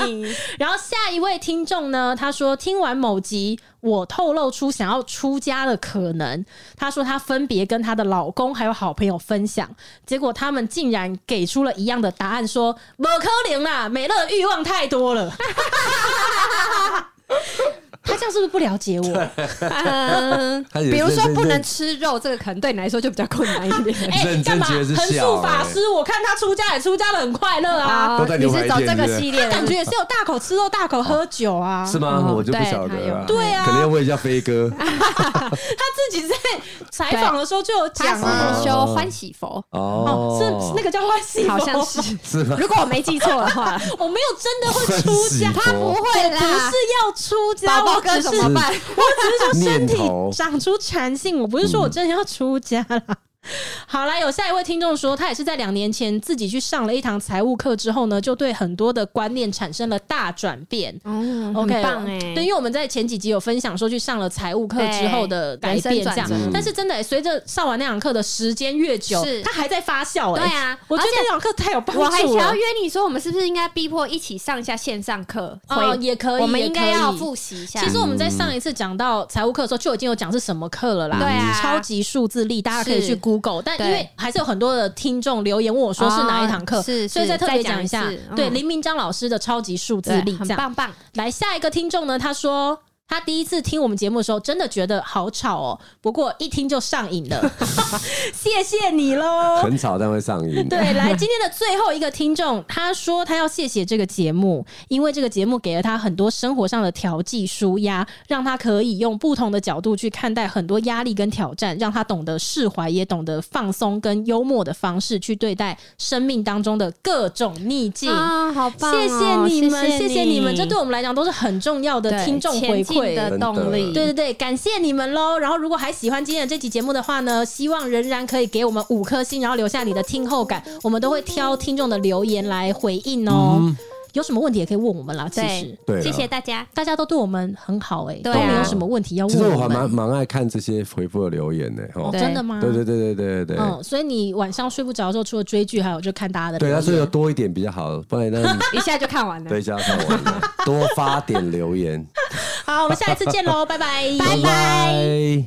Speaker 2: 然后下一位听众呢，他说听完某集，我透露出想要出家的可能。他说他分别跟他的老公还有好朋友分享，结果他们竟然给出了一样的答案说，某科林啦，美乐欲望太多了。他这样是不是不了解我？
Speaker 3: 嗯，
Speaker 1: 他也
Speaker 3: 比如
Speaker 1: 认
Speaker 3: 说
Speaker 1: 真
Speaker 3: 不
Speaker 1: 认
Speaker 3: 能吃肉，这个可能对你来说就比较困难一点。 <laughs>
Speaker 2: 哎，
Speaker 1: 认
Speaker 2: 干
Speaker 1: 真
Speaker 2: 嘛？
Speaker 1: 觉得是
Speaker 2: 横
Speaker 1: 笑
Speaker 2: 竖法
Speaker 1: 欸
Speaker 2: 师，我看他出家也出家的很快乐啊，
Speaker 3: 啊
Speaker 1: 都在
Speaker 3: 你
Speaker 1: 牛
Speaker 3: 是
Speaker 1: 排
Speaker 3: 走
Speaker 1: 店
Speaker 3: 这个
Speaker 1: 是不是
Speaker 3: 系列的，
Speaker 2: 感觉也是有大口吃肉、大口喝酒啊。
Speaker 1: 是吗？
Speaker 3: 嗯
Speaker 1: 我就不
Speaker 3: 对
Speaker 1: 晓
Speaker 3: 他
Speaker 1: 得
Speaker 3: 有
Speaker 1: 了，
Speaker 2: 对啊
Speaker 1: 可能要问一下飞哥。
Speaker 2: 他自己在采访的时候就有
Speaker 3: 他
Speaker 2: 讲啊，
Speaker 3: 是修欢喜 <laughs> 佛，
Speaker 2: 哦，
Speaker 1: 哦，
Speaker 2: 是那个叫欢喜佛，
Speaker 3: 好像是，
Speaker 1: 是吗？
Speaker 3: 如果我没记错的话， <laughs>
Speaker 2: 我没有真的会出家，
Speaker 1: 欢喜佛
Speaker 2: 我
Speaker 3: 会
Speaker 2: 不是要出家，
Speaker 3: 宝宝
Speaker 2: 我
Speaker 3: 哥
Speaker 2: 只
Speaker 3: 怎
Speaker 2: 是
Speaker 3: 么办？
Speaker 2: 我只是说身体
Speaker 1: 念头
Speaker 2: 长出禅性，我不是说我真的要出家啦。好啦，有下一位听众说，他也是在两年前自己去上了一堂财务课之后呢，就对很多的观念产生了大转变。
Speaker 3: 嗯
Speaker 2: OK，
Speaker 3: 很棒哎，
Speaker 2: 对，因为我们在前几集有分享说去上了财务课之后的
Speaker 3: 对
Speaker 2: 改变这
Speaker 3: 人生转
Speaker 2: 样
Speaker 3: 折
Speaker 1: 嗯，
Speaker 2: 但是真的欸随着上完那堂课的时间越久
Speaker 3: 是，
Speaker 2: 它还在发酵哎。
Speaker 3: 对啊
Speaker 2: 我觉得
Speaker 3: 而且
Speaker 2: 那堂课太有帮助啊
Speaker 3: 我
Speaker 2: 了。
Speaker 3: 还想要约你说，我们是不是应该逼迫一起上一下线上课？
Speaker 2: 哦
Speaker 3: 回
Speaker 2: 也可以，
Speaker 3: 我们
Speaker 2: 也
Speaker 3: 应该
Speaker 2: 可
Speaker 3: 要
Speaker 2: 以
Speaker 3: 复习一下。
Speaker 2: 其实我们在上一次讲到财务课的时候，就已经有讲是什么课了啦。
Speaker 3: 对啊
Speaker 2: 超级数字力，大家可以去
Speaker 3: 是
Speaker 2: Google。但因为
Speaker 3: 对
Speaker 2: 还是有很多的听众留言问我说是哪一堂课，
Speaker 3: 哦是
Speaker 2: 所以
Speaker 3: 是
Speaker 2: 再特别
Speaker 3: 再讲
Speaker 2: 讲一下。
Speaker 3: 一次嗯
Speaker 2: 对，林明章老师的超级数字
Speaker 3: 对
Speaker 2: 力，这
Speaker 3: 很
Speaker 2: 样。
Speaker 3: 棒棒，
Speaker 2: 来，下一个听众呢，他说。他第一次听我们节目的时候，真的觉得好吵哦，不过一听就上瘾
Speaker 3: <laughs>
Speaker 2: 了， <laughs> 谢谢你喽。
Speaker 1: 很吵但会上瘾。
Speaker 3: <laughs>
Speaker 2: 对，来今天的最后一个听众，他说他要谢谢这个节目，因为这个节目给了他很多生活上的调剂舒压，让他可以用不同的角度去看待很多压力跟挑战，让他懂得释怀，也懂得放松跟幽默的方式去对待生命当中的各种逆境。
Speaker 3: 啊，好棒
Speaker 2: 谢谢
Speaker 3: 哦！
Speaker 2: 你们，
Speaker 3: 谢
Speaker 2: 谢谢你们，这对我们来讲都是很重要的
Speaker 3: 对
Speaker 2: 听众回
Speaker 3: 前进
Speaker 2: 馈
Speaker 3: 的动力，
Speaker 2: 对对对，感谢你们喽！然后如果还喜欢今天的这期节目的话呢，希望仍然可以给我们五颗星，然后留下你的听后感，我们都会挑听众的留言来回应哦。
Speaker 1: 嗯
Speaker 2: 有什么问题也可以问我们啦，其实
Speaker 3: 对
Speaker 1: 对啊
Speaker 3: 谢谢大家。
Speaker 2: 大家都对我们很好哎、
Speaker 3: 对啊
Speaker 2: 都没有什么问题要
Speaker 1: 其
Speaker 2: 问
Speaker 1: 实我还
Speaker 2: 我们。
Speaker 1: 蛮蛮爱看这些回复的留言的哦
Speaker 2: 哦，
Speaker 3: 对
Speaker 2: 真的吗？
Speaker 1: 对对对对对对对
Speaker 2: 嗯，所以你晚上睡不着的时候，除了追剧，还有就看大家的留
Speaker 1: 对，啊他
Speaker 2: 言。
Speaker 1: 说要多一点比较好，不
Speaker 2: <laughs>
Speaker 1: 然那
Speaker 3: 一下就看完了
Speaker 1: 等一。下要看完了，多发点留言，
Speaker 2: 好，我们下一次见喽，拜拜，
Speaker 1: 拜。